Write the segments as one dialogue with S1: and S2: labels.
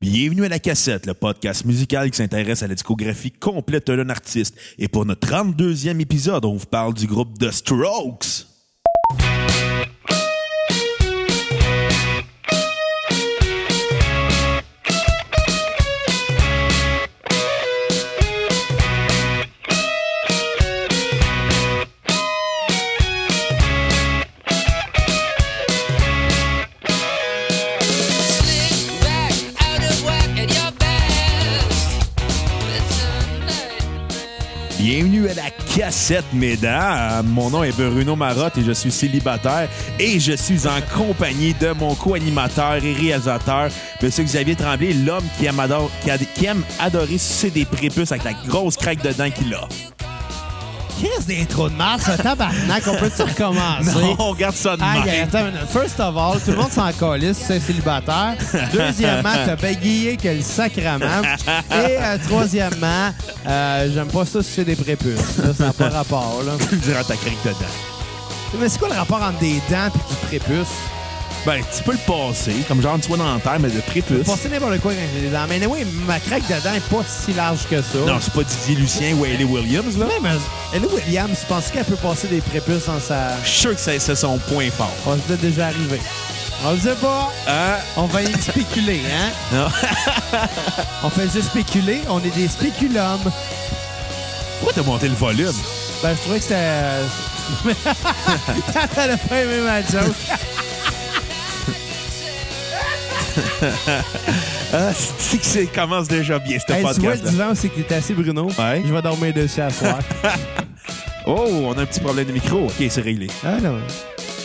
S1: Bienvenue à La Cassette, le podcast musical qui s'intéresse à la discographie complète d'un artiste. Et pour notre 32e épisode, on vous parle du groupe The Strokes.
S2: Slick back, out of whack, and you're best. It's a nightmare.
S1: Bienvenue à La Cassette, mesdames. Mon nom est Bruno Marotte et je suis célibataire. Et je suis en compagnie de mon co-animateur et réalisateur, M. Xavier Tremblay, l'homme qui, aime adore- qui ad- qui aime adorer sucer des prépuces avec la grosse craque dedans qu'il a.
S3: Qu'est-ce des trous de merde, ce tabarnak? On peut-tu recommencer?
S1: Non, on garde ça de
S3: Hey,
S1: même.
S3: attends une minute. First of all, tout le monde s'en calisse, c'est célibataire. Deuxièmement, t'as bégayé que le sacrament. Et euh, troisièmement, euh, j'aime pas ça si c'est des prépuces. Là, ça n'a pas rapport, là.
S1: Tu le diras à ta craque dedans.
S3: Mais c'est quoi le rapport entre des dents et du prépuce?
S1: Ben, tu peux le passer, comme genre tu vois dans la terre, mais de prépuce.
S3: Passer n'importe quoi quand j'ai des dents. Mais oui, ma craque de dents est pas si large que ça.
S1: Non, c'est pas Didier Lucien ou Hayley Williams, là.
S3: Même, euh, Ellie Williams, tu penses qu'elle peut passer des prépuces dans sa...
S1: Je suis sûr que c'est c'est son point fort.
S3: On se l'est déjà arrivé. On le sait pas.
S1: Hein?
S3: On va y spéculer, hein?
S1: Non.
S3: On fait juste spéculer, on est des spéculums.
S1: Pourquoi t'as monté le volume?
S3: Ben, je trouvais que c'était. euh, T'as pas aimé ma joke.
S1: Ah, c'est que ça commence déjà bien, ce
S3: Hey, tu vois le
S1: podcast là
S3: divan, c'est que t'es assis, Bruno.
S1: Ouais.
S3: Je vais dormir dessus à soir.
S1: Oh, on a un petit problème de micro. OK, c'est réglé.
S3: ah non.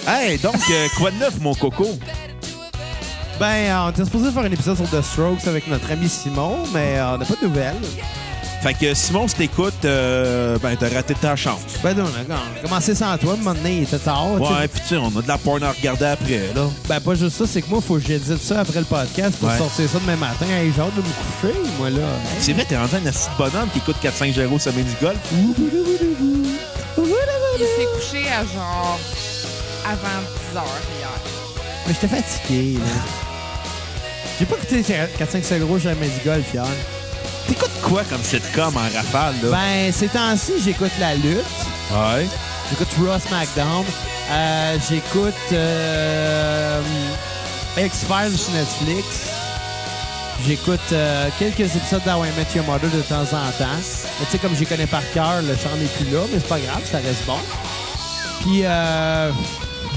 S1: Hey, donc, euh, quoi de neuf, mon coco?
S3: Ben, euh, on était supposé faire un épisode sur The Strokes avec notre ami Simon, mais euh, on n'a pas de nouvelles.
S1: Fait que Simon, si t'écoutes, euh, ben, t'as raté ta chance.
S3: Ben, non, on a- on a commencé sans toi, un moment donné, il était tard. tu sais.
S1: Ouais, pis tu sais, on a de la porn à regarder après, là.
S3: Ben, pas juste ça, c'est que moi, faut que j'édite ça après le podcast pour
S1: Ouais.
S3: sortir ça demain matin. Hey, j'ai hâte de me coucher, moi, là. Hey.
S1: C'est vrai, t'es rendu un assis de bonhomme qui écoute 4-5-0 semaine du golf.
S4: Il s'est couché à genre avant 10 heures hier.
S3: Mais j'étais fatigué, là. J'ai pas écouté 4-5 secondes, jamais du golf hier.
S1: T'écoutes quoi comme sitcom en rafale, là?
S3: Ben, ces temps-ci, j'écoute La Lutte.
S1: Ouais.
S3: J'écoute Raw SmackDown. Euh, j'écoute euh, X-Files sur Netflix. J'écoute euh, quelques épisodes d'How I Met Your Mother de temps en temps. Mais tu sais, comme j'y connais par cœur, le chant n'est plus là, mais c'est pas grave, ça reste bon. Puis, euh,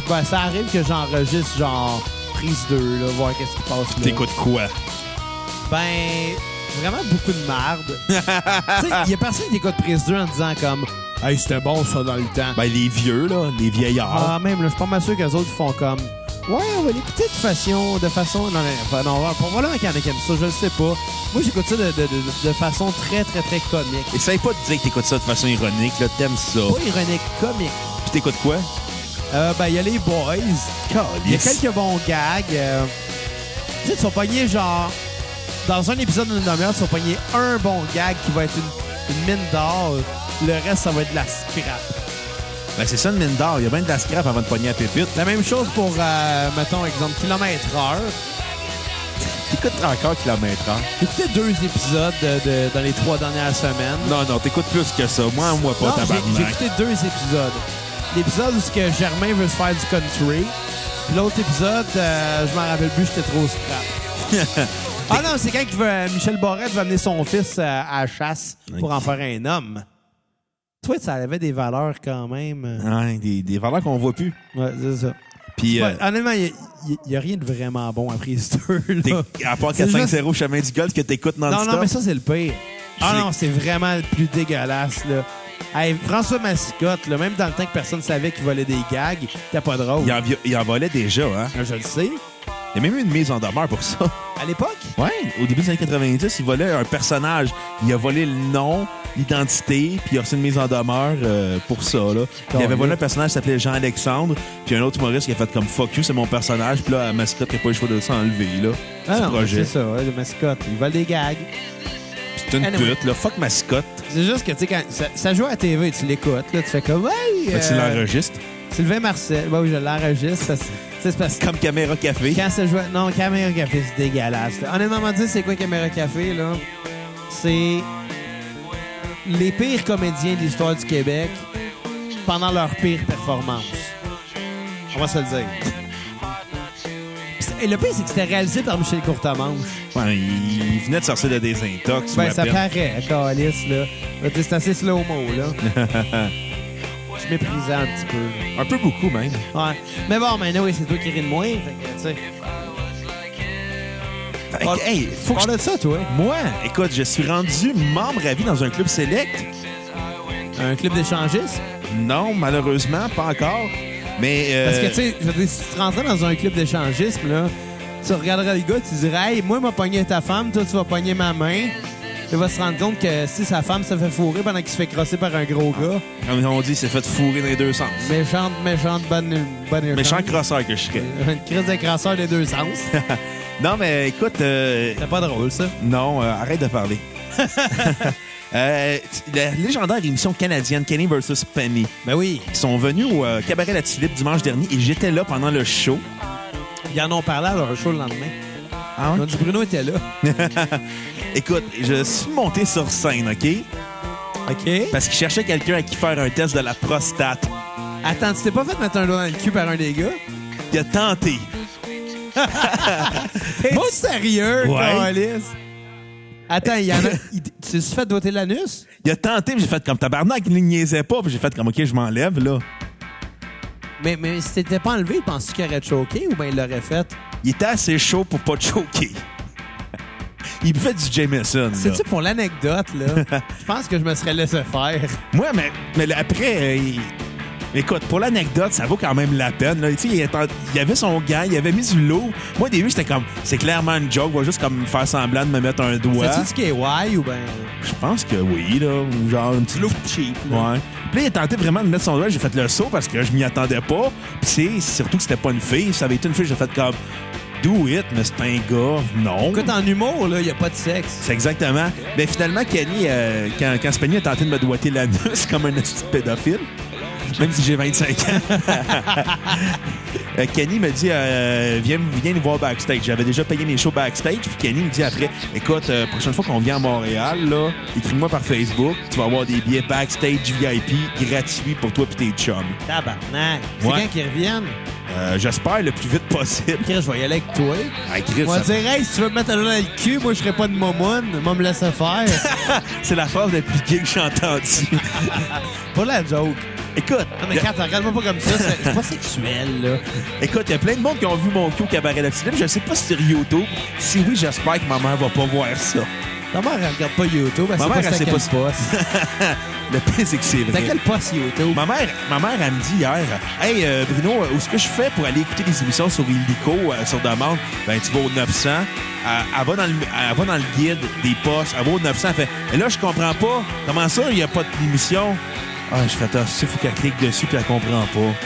S3: ben, ça arrive que j'enregistre genre prise 2, là, voir qu'est-ce qui passe là.
S1: T'écoutes quoi?
S3: Ben, vraiment beaucoup de marde. tu sais, il y a personne qui écoute Prise 2 en disant comme « Hey, c'était bon ça dans le temps
S1: Ben, les vieux, là, les vieillards.
S3: Ah, même, là, je suis pas mal sûr qu'eux autres font comme « Ouais, on va l'écouter de façon... De façon non, non, enfin, non, probablement qu'il y en a qui aiment ça, je le sais pas. Moi, j'écoute ça de, de, de, de façon très, très, très comique.
S1: Essaye pas de dire que t'écoutes ça de façon ironique, là, t'aimes ça.
S3: Pas ironique, comique.
S1: Puis t'écoutes quoi?
S3: Euh, ben, il y a les boys. Il y a
S1: Calice.
S3: quelques bons gags. euh, tu sais, ils sont pognés genre. Dans un épisode d'une demi-heure, ils sont pognés un bon gag qui va être une, une mine d'or. Le reste, ça va être de la scrap.
S1: Ben, c'est ça une mine d'or. Il y a bien de la scrap avant de pogner à pépite.
S3: La même chose pour, euh, mettons, exemple, kilomètre-heure.
S1: T'écoutes encore kilomètre heure.
S3: J'ai écouté deux épisodes de- de- dans les trois dernières semaines.
S1: Non, non, t'écoutes plus que ça. Moi, moi pas,
S3: Non, j'ai- J'ai
S1: tabarnak.
S3: écouté deux épisodes. L'épisode où ce que Germain veut se faire du country. Puis L'autre épisode, euh, je m'en rappelle plus, j'étais trop scrap. ah non, c'est quand qui veut, Michel Borrette veut amener son fils euh, à la chasse pour en faire un homme. Tu vois, ça avait des valeurs quand même.
S1: Ouais, des, des valeurs qu'on voit plus.
S3: Ouais, c'est ça.
S1: Puis, euh,
S3: Ouais, ah. honnêtement, il n'y a, rien de vraiment bon à prise 2. là.
S1: t'éc- à part
S3: C'est
S1: 4-5-0 chemin du golf que t'écoutes non,
S3: Non,
S1: stop
S3: non, mais ça, c'est le pire. Ah
S1: C'est-
S3: non, c'est vraiment le plus dégueulasse, là. Hey, François Mascotte, là, même dans le temps que personne savait qu'il volait des gags, t'as pas drôle.
S1: il,
S3: Ah,
S1: en, vi- il en volait déjà, hein.
S3: Je le sais.
S1: Il y a même eu une mise en demeure pour ça.
S3: À l'époque,
S1: Ouais, au début des années 90, il volait un personnage. Il a volé le nom, l'identité, puis il a reçu une mise en demeure euh, pour ça. Là. Il avait
S3: Carrément.
S1: volé un personnage qui s'appelait Jean-Alexandre, puis un autre humoriste qui a fait comme Fuck you, c'est mon personnage, puis là, la mascotte qui a pas eu le choix de s'enlever. là.
S3: ah
S1: du
S3: non,
S1: projet.
S3: c'est ça, ouais, le mascotte, il vole des gags.
S1: Puis C'est une
S3: Anyway.
S1: pute, là. Fuck mascotte.
S3: C'est juste que, tu sais, quand ça, ça joue à la TV, tu l'écoutes, là, tu fais comme, hey!
S1: Fait que tu
S3: euh,
S1: l'enregistres.
S3: Sylvain Marcel, bah oui, je l'enregistre. ça- Ça, C'est parce que
S1: Comme Caméra Café.
S3: quand ça jouait. Non, Caméra Café, c'est dégueulasse. là. Honnêtement, on dit c'est quoi Caméra Café, là? C'est les pires comédiens de l'histoire du Québec pendant leur pire performance. On va se le dire. Et le pire, c'est que c'était réalisé par Michel Courtamanche.
S1: Ouais, il il venait de sortir de désintox.
S3: Ben,
S1: ou à
S3: ça
S1: peine.
S3: paraît, Calis, là. C'est assez slow-mo, là. Je méprisais un petit peu. là.
S1: Un peu beaucoup, même.
S3: Ouais. Mais bon, maintenant, oui, c'est toi qui ris de moi. Fait que, tu sais.
S1: Fait
S3: Ah.
S1: que, hey, faut que je-
S3: Parle de ça, toi.
S1: Moi, écoute, je suis rendu membre à vie dans un club select.
S3: Un club d'échangistes.
S1: Non, malheureusement, pas encore. Mais. euh,
S3: Parce que, tu sais, je veux dire, si tu te rentrais dans un club d'échangisme, là, tu regarderais le gars, tu dirais, hey, moi, m'a pogné ta femme, toi, tu vas pogner ma main. Il va se rendre compte que si sa femme se fait fourrer pendant qu'il se fait crosser par un gros gars,
S1: Comme on dit, c'est fait fourrer dans les deux sens.
S3: méchante, méchante, bonne, bonne
S1: Méchant
S3: chance.
S1: crosseur que je serais.
S3: Une crise de crasseur des deux sens.
S1: Non, mais écoute, euh,
S3: C'est pas drôle, ça.
S1: non, euh, arrête de parler. Euh, la légendaire émission canadienne Kenny vs. Penny,
S3: Ben oui.
S1: qui sont venus au euh, Cabaret La Tulipe dimanche dernier et j'étais là pendant le show.
S3: Ils en ont parlé à leur show le lendemain.
S1: Ah
S3: Ils ont dit, Bruno était là.
S1: Écoute, je suis monté sur scène, OK?
S3: OK.
S1: Parce qu'ils cherchaient quelqu'un à qui faire un test de la prostate.
S3: Attends, tu t'es pas fait mettre un doigt dans le cul par un des gars?
S1: Il a tenté.
S3: Pas sérieux,
S1: Ouais.
S3: Carlis? Attends, il y en a. il- Tu t'es fait doigter l'anus?
S1: Il a tenté, puis j'ai fait comme tabarnak, il ne niaisait pas, puis j'ai fait comme OK, je m'enlève, là.
S3: Mais, mais si t'étais pas enlevé, penses-tu qu'il aurait choqué ou bien il l'aurait fait?
S1: Il était assez chaud pour pas te choquer. Il buvait du Jameson. là.
S3: C'est-tu pour l'anecdote, là? Je pense que je me serais laissé faire.
S1: Moi, mais, mais là, après, euh, il- écoute, pour l'anecdote, ça vaut quand même la peine. Là. Tu sais, Il, était en- il avait son gant, il avait mis du lot. Moi, au début, j'étais comme, c'est clairement une joke, va juste comme faire semblant de me mettre un doigt.
S3: C'est-tu du KY ou bien.
S1: Je pense que oui, là, ou genre une petite.
S3: cheap,
S1: Ouais. Puis là, il a tenté vraiment de mettre son doigt, j'ai fait le saut parce que je m'y attendais pas. Puis c'est surtout que c'était pas une fille, ça avait été une fille, j'ai fait comme, do it, mais c'est un gars, non.
S3: Écoute, en humour, là, il a pas de sexe.
S1: C'est exactement. Mais finalement, Kenny, euh, quand, quand Spenny a tenté de me doiter l'anus comme un petit pédophile, même si j'ai 25 ans, euh, Kenny me dit euh, viens, viens nous voir backstage. J'avais déjà payé mes shows backstage. Puis Kenny me dit après écoute, euh, prochaine fois qu'on vient à Montréal, là, écris-moi par Facebook. Tu vas avoir des billets backstage VIP gratuits pour toi et tes chums.
S3: Tabarnak. C'est
S1: Ouais.
S3: quand qu'ils reviennent?
S1: Euh, J'espère le plus vite possible.
S3: Chris, je vais y aller avec toi.
S1: Ah, Chris,
S3: On va
S1: ça-
S3: dire, hey, si tu veux me mettre un doigt dans le cul, moi, je serais pas de momoune. Moi, me laisser faire.
S1: C'est la phrase la plus gay que j'ai entendue.
S3: pas la joke.
S1: écoute,
S3: Non, mais quand t'en regardes pas comme ça, c'est c'est pas sexuel, là.
S1: Écoute, il y a plein de monde qui ont vu mon cul au cabaret de Je Je sais pas si c'est YouTube. Si oui, j'espère que ma mère va pas voir ça.
S3: Ta mère, elle regarde pas YouTube.
S1: Ma
S3: Elle sait
S1: mère,
S3: pas
S1: elle sait
S3: c'est
S1: pas
S3: à quel
S1: si-
S3: poste.
S1: Le pire, c'est que c'est
S3: C'est à
S1: vrai.
S3: quel poste YouTube?
S1: Ma mère, ma mère, elle me dit hier, Hey, euh, Bruno, euh, où est-ce que je fais pour aller écouter des émissions sur Illico, euh, sur demande? Ben, tu vas au 900. Euh, elle, va dans le, elle va dans le guide des postes. Elle va au 900. Elle fait, mais là, je comprends pas. Comment ça, il n'y a pas d'émission? Ah, je fais, attends, il faut qu'elle clique dessus puis elle comprend pas.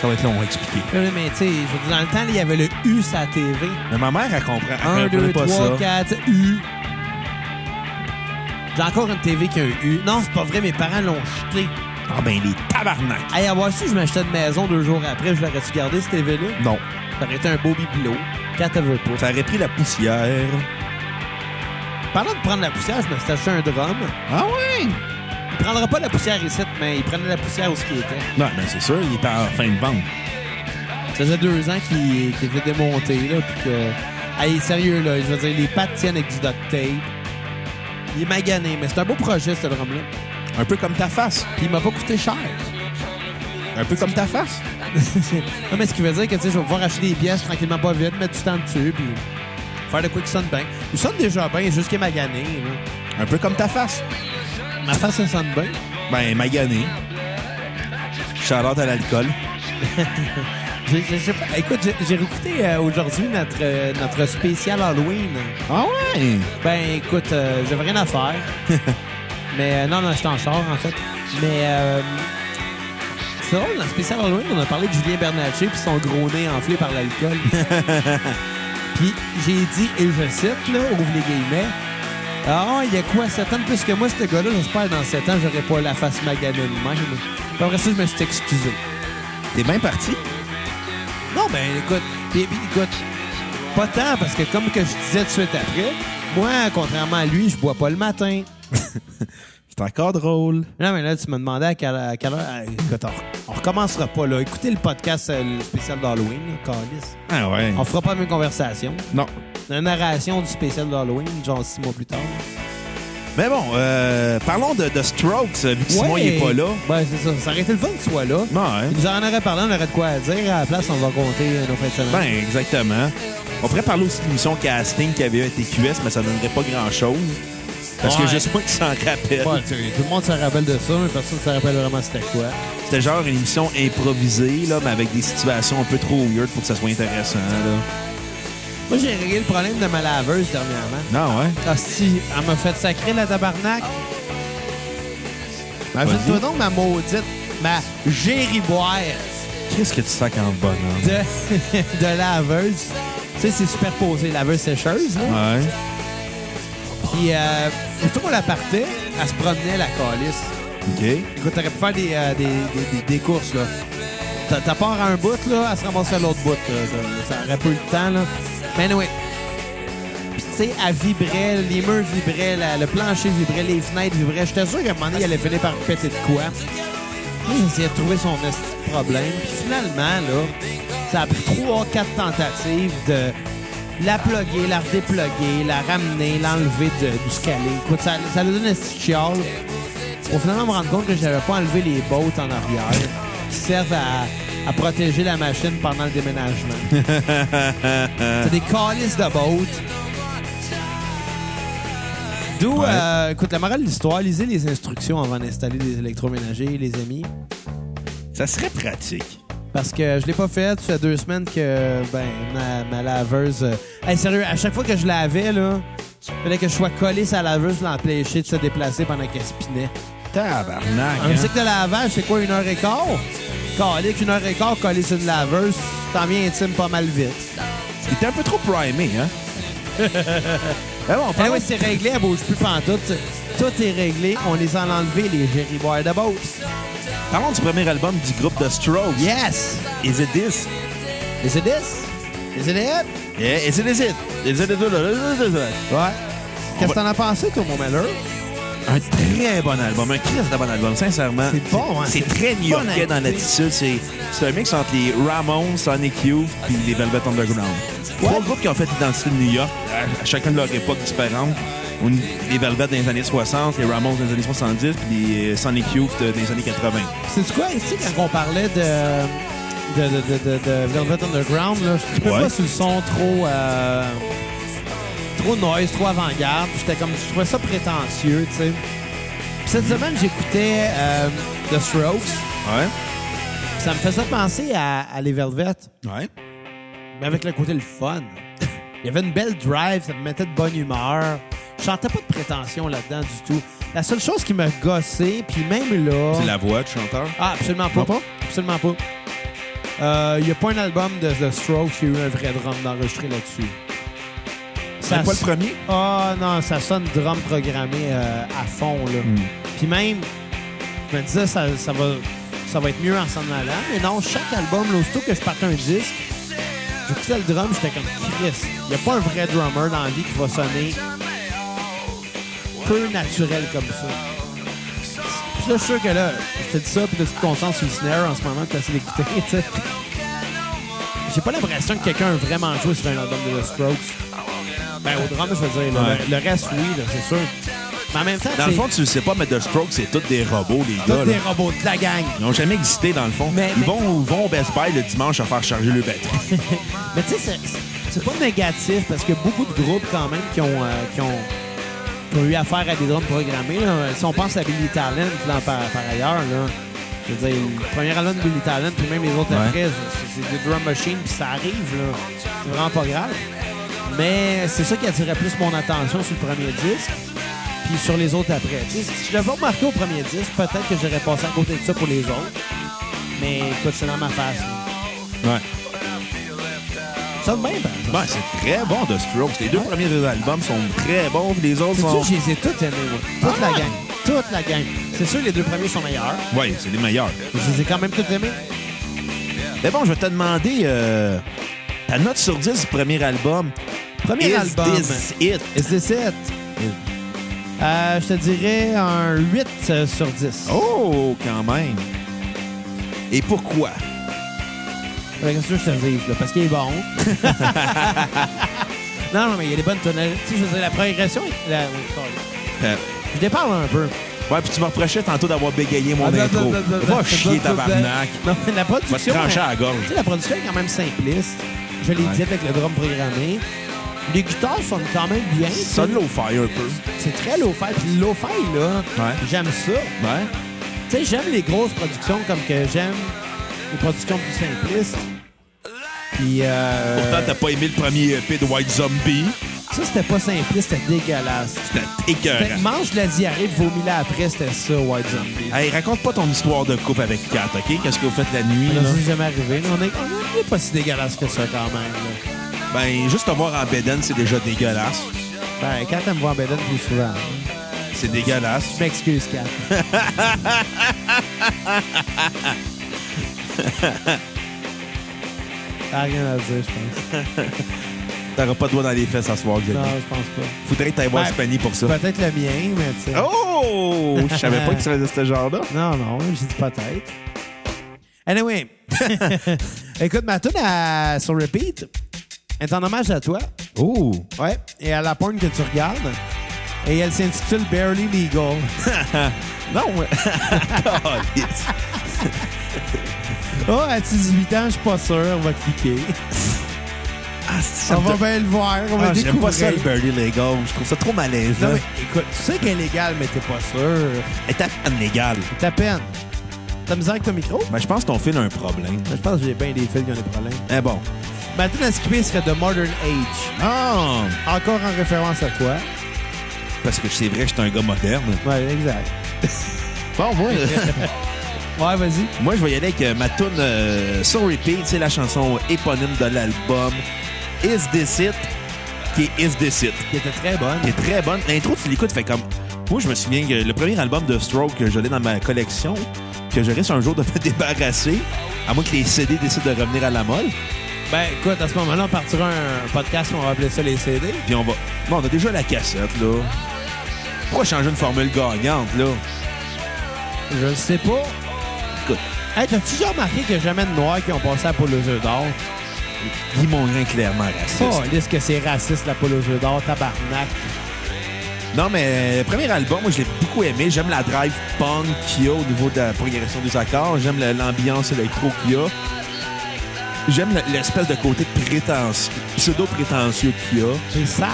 S1: Ça va être long à expliquer.
S3: Oui, mais tu sais, je veux dire, dans le temps, là, il y avait le U sur la TV.
S1: Mais ma mère, elle comprend. Elle
S3: 1,
S1: comprenait
S3: 2,
S1: pas
S3: 3,
S1: ça.
S3: 4, U. J'ai encore une TV qui a un U. Non, c'est pas vrai, mes parents l'ont jeté.
S1: Ah, ben, les tabarnak.
S3: Hey, avoir su, je m'achetais une maison deux jours après, je l'aurais-tu gardé, cette TV-là?
S1: Non.
S3: Ça aurait été un beau bibelot. Quand elle veut pas.
S1: Ça aurait pris la poussière.
S3: Parlant de prendre la poussière, je me suis acheté un drum.
S1: Ah ouais?
S3: Il prendra pas la poussière ici, mais il prenait la poussière où ce qu'il était.
S1: Non, mais c'est sûr, il est en fin de vente.
S3: Ça faisait deux ans qu'il qu'il était démonté, là, puis que... Hey, sérieux, là, je veux dire, les pattes tiennent avec du duct tape. Il est magané, mais c'est un beau projet, ce drum-là.
S1: Un peu comme ta face.
S3: Puis il m'a pas coûté cher.
S1: Un peu comme ta face.
S3: non, mais ce qui veut dire que, tu sais, je vais pouvoir acheter des pièces tranquillement, pas vite, mettre du temps dessus, puis faire de quoi qui sonne bien. Il sonne déjà bien, juste qu'il est magané, là.
S1: Un peu comme ta face.
S3: Ma face, ça sonne bien.
S1: Ben, magané. Charlotte à l'alcool.
S3: J'ai- j'ai- j'ai pas- Écoute, j'ai- j'ai réécouté euh, aujourd'hui notre, euh, notre spécial Halloween.
S1: Ah ouais?
S3: Ben écoute, euh, j'avais rien à faire. mais euh, non, non, je t'en sors en fait. Mais euh, c'est drôle, dans le spécial Halloween, on a parlé de Julien Bernatchez puis son gros nez enflé par l'alcool. puis j'ai dit, et je cite, là, ouvre les guillemets, ah, il y a quoi, 7 ans de plus que moi, ce gars-là, j'espère que dans 7 ans, j'aurais pas la face maganée de même. Puis après ça, je me suis excusé.
S1: T'es bien parti.
S3: Non, ben écoute, puis- puis écoute, pas tant, parce que comme que je disais tout de suite après, moi, contrairement à lui, je bois pas le matin.
S1: C'est encore drôle.
S3: Non, mais là, tu me demandais à quelle, à quelle heure. Ah, écoute, on, on recommencera pas, là. Écoutez le podcast euh, le spécial d'Halloween, là, câlisse.
S1: Ah ouais.
S3: On fera pas la même conversation.
S1: Non.
S3: La narration du spécial d'Halloween, genre six mois plus tard.
S1: Mais bon, euh, parlons de, de Strokes, euh, vu que Simon
S3: Ouais.
S1: il est pas là. hein?
S3: Ben, c'est ça. Ça aurait été le fun que tu sois là.
S1: Ouais.
S3: Il nous en aurait parlé, on aurait de quoi à dire. À la place, on va compter euh, nos fins de semaine.
S1: Ben, exactement. On pourrait parler aussi de l'émission casting qui avait un TQS, mais ça donnerait pas grand-chose. Parce que
S3: Ouais.
S1: juste moi qui s'en rappelle.
S3: Ouais, tu sais, tout le monde se rappelle de ça, mais personne ne se rappelle vraiment c'était quoi.
S1: C'était genre une émission improvisée, là, mais avec des situations un peu trop weird pour que ça soit intéressant, là.
S3: Moi, j'ai réglé le problème de ma laveuse dernièrement.
S1: Non, ouais.
S3: Ah, si, elle m'a fait sacrer la tabarnak. Mais
S1: Vas-y.
S3: fais-toi donc ma maudite, ma gériboire
S1: Qu'est-ce que tu sacs en bonhomme?
S3: de, de laveuse. Tu sais, c'est superposé, laveuse sécheuse, là.
S1: Ouais.
S3: Puis, euh, aussitôt qu'on la partait, elle se promenait, la calice.
S1: OK.
S3: Écoute, t'aurais pu faire des, euh, des, des, des- des courses, là. T'as t'as part à un bout, là, à se ramasser à l'autre bout. là. Ça, ça aurait peu le temps, là. Mais anyway. Puis, tu sais, elle vibrait, les murs vibraient, la- le plancher vibrait, les fenêtres vibraient. J'étais sûr qu'à un moment donné, il allait finir par péter de quoi. Là, J'essayais de trouver son esti de problème. Puis finalement, là, ça a pris trois, quatre tentatives de la plugger, la redépluguer, la ramener, l'enlever de- du scalet. Écoute, ça, ça lui donne un esti de chiale pour finalement me rendre compte que j'avais pas enlevé les bottes en arrière qui servent à, à protéger la machine pendant le déménagement. C'est des calices de bottes. D'où,
S1: Ouais.
S3: euh, écoute, la morale de l'histoire, lisez les instructions avant d'installer des électroménagers, les amis.
S1: Ça serait pratique.
S3: Parce que je l'ai pas fait, ça fait deux semaines que ben ma, ma laveuse. euh, Hey sérieux, à chaque fois que je lavais, là, fallait que je sois collé sur la laveuse pour l'empêcher de se déplacer pendant qu'elle spinait.
S1: Tabarnak,
S3: Un
S1: hein?
S3: cycle de lavage, c'est quoi, une heure et quart? Collé qu'une heure et quart, collé sur une laveuse, t'en viens intime pas mal vite.
S1: Il était un peu trop primé, hein? Eh, Mais bon,
S3: Ah
S1: parlons-
S3: oui, c'est réglé, elle bouge plus pantoute. Tout est réglé, on les a enlevés, les Jerry Boy de Beauce.
S1: parlons du premier album du groupe The Strokes.
S3: Yes!
S1: Is it this?
S3: Is it this? Is it it?
S1: Yeah, is it, is it? Is it, is it, is it, is it?
S3: Ouais. Qu'est-ce
S1: va-
S3: que t'en as pensé, toi, mon malheur?
S1: Un très bon album, un très bon album, sincèrement.
S3: C'est hein? bon, hein?
S1: C'est très new-yorkais dans l'attitude. C'est c'est un mix entre les Ramones, Sonic Youth puis les Velvet Underground. Trois groupes qui ont fait l'identité de New York, à, à chacun de leur époque différente. On- Les Velvet dans les années 60, les Ramones dans les années 70, puis les euh, Sonic Youth de- dans les années 80.
S3: C'est quoi, tu sais, quand on parlait de, de, de, de, de, de Velvet Underground, là, je trouvais
S1: Ouais.
S3: pas sur le son trop, euh, trop noise, trop avant-garde. J'étais comme, je trouvais ça prétentieux, tu sais. Puis Cette semaine, j'écoutais euh, The Strokes.
S1: Ouais.
S3: Puis Ça me faisait penser à, à les Velvet,
S1: Ouais.
S3: mais avec le côté le fun. Il y avait une belle drive, ça me mettait de bonne humeur. Je sentais pas de prétention là-dedans du tout. La seule chose qui me gossait, puis même là...
S1: C'est la voix du chanteur.
S3: Ah, absolument pas.
S1: Non, pas?
S3: Absolument pas. Il n'y a pas un album de The Strokes qui a eu un vrai drum d'enregistré là-dessus.
S1: C'est pas le
S3: s-
S1: premier?
S3: Ah non, ça sonne drum programmé euh, à fond. là.
S1: Hmm.
S3: Puis même, je me disais, ça, ça va, ça va être mieux en s'en allant. Mais non, chaque album, là, aussitôt que je partais un disque, j'écoutais le drum, j'étais comme Chris. Il n'y a pas un vrai drummer dans la vie qui va sonner peu naturel comme ça. Puis là, je suis sûr que là, je te dis ça, puis là, tu te concentres sur le snare en ce moment, que tu d'écouter, tu sais. J'ai pas l'impression que quelqu'un a vraiment joué sur un album de The Strokes. Ben, au drum, je veux dire. là,
S1: Ouais.
S3: le, le reste, oui, là, c'est sûr. Mais en même temps,
S1: Dans le
S3: c'est-
S1: fond, tu le sais pas, mais The Strokes, c'est tous des robots, les
S3: tous
S1: gars. là.
S3: des robots de la gang.
S1: Ils n'ont jamais existé, dans le fond.
S3: Mais-
S1: Ils
S3: mais-
S1: vont, vont au Best Buy le dimanche à faire charger le batterie.
S3: Mais tu sais, c'est- c'est- c'est pas négatif parce que beaucoup de groupes quand même qui ont, euh, qui ont, qui ont eu affaire à des drums programmés. là. euh, Si on pense à Billy Talent là, par, par ailleurs, là, je veux dire, le premier album de Billy Talent, puis même les autres
S1: Ouais.
S3: après, c'est- c'est des drum machines, puis ça arrive. là. C'est vraiment pas grave. Mais c'est ça qui attirait plus mon attention sur le premier disque. Puis sur les autres après. Tu sais, si je l'avais remarqué au premier disque, peut-être que j'aurais passé à côté de ça pour les autres. Mais écoute, c'est dans ma face. là.
S1: Ouais.
S3: Ça de même, par exemple.
S1: Ben, c'est très bon de Strokes. Les deux premiers albums sont très bons, puis les autres
S3: C'est sûr,
S1: sont.
S3: je les ai toutes aimées, moi. Toute la
S1: Ah!
S3: gang. Toute la gang. C'est sûr, les deux premiers sont meilleurs.
S1: Oui, c'est les meilleurs.
S3: Je les ai quand même toutes aimées.
S1: Mais bon, je vais te demander euh, ta note sur 10 du premier album.
S3: Premier
S1: Is
S3: album.
S1: This it?
S3: Is this it? Euh, je te dirais un 8 euh, sur 10.
S1: Oh, quand même. Et pourquoi?
S3: Ouais, Qu'est-ce que je te dis, là? Parce qu'il est bon. non, non, mais il y a des bonnes tonalités. Tu sais, je veux dire, la progression est... La...
S1: Euh,
S3: Je déparle un peu.
S1: ouais, puis tu me reprochais tantôt d'avoir bégayé mon intro. Va chier, tabarnak.
S3: Non, mais la
S1: Va te
S3: production...
S1: trancher à la gorge.
S3: Tu sais, la production est quand même simpliste. Je l'ai
S1: Ouais.
S3: dit avec le drum programmé. Les guitares sonnent quand même bien. tu sais.
S1: Sonne l'eau-fire un peu.
S3: C'est très low-fi. Puis low-fi, là,
S1: Ouais.
S3: j'aime ça.
S1: Ouais.
S3: Tu sais, j'aime les grosses productions comme que j'aime les productions plus simplistes. Puis, euh,
S1: Pourtant, t'as pas aimé le premier EP de White Zombie.
S3: ça, c'était pas simpliste, c'était dégueulasse.
S1: C'était
S3: Fait que
S1: écœurant.
S3: mange de la diarrhée, vomis là après, c'était ça, White Zombie.
S1: Hey, raconte pas ton histoire de couple avec Kat, OK? Qu'est-ce que vous faites la nuit,
S3: Là,
S1: là?
S3: c'est jamais arrivé. mais On est, on est pas si dégueulasse que ça, quand même. là.
S1: Ben, juste te voir en Beden, c'est déjà dégueulasse.
S3: Ben, Kat, elle me voit en bédaine plus souvent.
S1: C'est dégueulasse.
S3: Je m'excuse, Kat. T'as rien à dire, je
S1: Ben, T'auras pas de doigts dans les fesses à ce soir,
S3: pense.
S1: Xavier.
S3: Non, je pense pas.
S1: Faudrait que t'ailles voir
S3: Ben,
S1: Spani pour ça.
S3: Peut-être le mien, mais tu sais.
S1: Oh! Je savais pas que tu faisais ce genre-là.
S3: Non, non, j'ai dit peut-être. Anyway, écoute, ma tune à- sur repeat est en hommage à toi.
S1: Oh!
S3: Ouais, et à la porn que tu regardes. Et elle s'intitule Barely Legal.
S1: Non! Calisse.
S3: Ah, à 18 ans, je suis pas sûr. On va cliquer.
S1: Ah, ça
S3: On
S1: me
S3: va
S1: donne-
S3: bien le voir. On va
S1: Ah,
S3: découvrir.
S1: J'aime pas ça, le Burly Legal. Je trouve ça trop malaisant.
S3: Non, mais écoute, tu sais qu'elle est légale, mais t'es pas sûr.
S1: Et t'as pas de légal.
S3: Ta peine. T'as misère avec ton micro?
S1: Ben, je pense que ton fil a un problème.
S3: Je pense que j'ai bien des fils qui ont des problèmes.
S1: Mais bon.
S3: Ma tune à skipper serait The Modern Age.
S1: Ah!
S3: Encore en référence à toi.
S1: Parce que c'est vrai que je suis un gars moderne.
S3: Ouais, exact.
S1: Bon, moi,
S3: Ouais, vas-y.
S1: moi je vais y aller avec euh, ma tune euh, sur repeat. C'est la chanson éponyme de l'album Is This It, qui est Is This It.
S3: Qui était très bonne.
S1: qui est très bonne. L'intro, tu l'écoutes, fait comme. Moi, je me souviens que le premier album de Stroke que je l'ai dans ma collection, que je risque un jour de me débarrasser, à moins que les CD décident de revenir à la mode,
S3: Ben, écoute, à ce moment-là, on partira un podcast où on va appeler ça les CD.
S1: puis on va. Bon, on a déjà la cassette, là. Pourquoi changer une formule gagnante, là?
S3: Je le sais pas.
S1: Écoute,
S3: Hey, t'as-tu déjà remarqué qu'il n'y a jamais de Noirs qui ont passé à la poule aux œufs d'or?
S1: Guy Mongrain est clairement
S3: Oh,
S1: raciste.
S3: est-ce que c'est raciste, la poule aux œufs d'or? Tabarnak.
S1: Non, mais le premier album, moi, je l'ai beaucoup aimé. J'aime la drive punk qu'il y a au niveau de la progression des accords. J'aime le- l'ambiance électro qu'il y a. J'aime le- l'espèce de côté prétentieux, pseudo-prétentieux qu'il y a.
S3: C'est ça.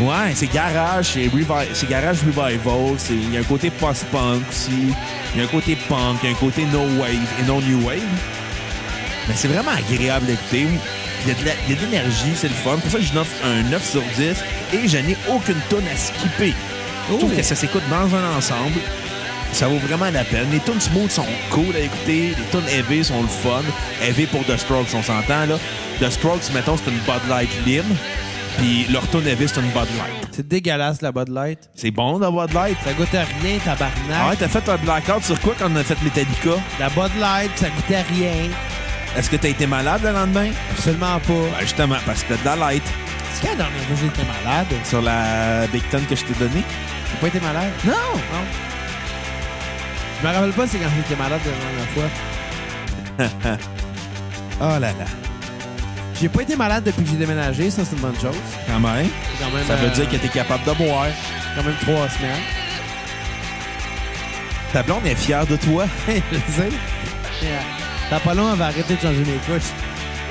S1: Ouais, c'est garage, c'est revi- c'est garage revival, c'est- il y a un côté post-punk aussi, il y a un côté punk, il y a un côté no wave et non new wave. Mais c'est vraiment agréable d'écouter. Il y a de la- il y a de l'énergie, c'est le fun. Pour ça, je offre un 9 sur 10 et je n'ai aucune tonne à skipper. Je trouve
S3: Oh.
S1: que ça s'écoute dans un ensemble. Ça vaut vraiment la peine. Les tunes smooth sont cool à écouter. Les tunes heavy sont le fun. Heavy pour The Strokes, on s'entend, là. The Strokes, mettons, c'est une Bud Light Lim. Puis leur tune heavy, c'est une Bud Light.
S3: C'est dégueulasse, la Bud Light.
S1: C'est bon, la Bud Light.
S3: Ça goûte à rien,
S1: Ah ouais,
S3: tabarnak.
S1: t'as fait un blackout sur quoi quand on a fait Metallica?
S3: La Bud Light, ça goûte à rien.
S1: Est-ce que t'as été malade le lendemain?
S3: Absolument
S1: Ben,
S3: pas.
S1: justement, parce que t'as de la light
S3: C'est quand la dernière fois que j'ai été malade?
S1: sur la Big Ten que je t'ai donnée.
S3: J'ai pas été malade?
S1: Non!
S3: Non. Je me rappelle pas c'est quand j'étais malade la dernière fois.
S1: Oh là là.
S3: Ah J'ai pas été malade depuis que j'ai déménagé, ça c'est une bonne chose.
S1: Quand même.
S3: Quand même,
S1: Ça veut
S3: euh,
S1: dire que t'es capable de boire.
S3: quand même trois semaines.
S1: Ta blonde est fière de toi.
S3: je sais. T'as pas long, on va arrêter de changer mes couches.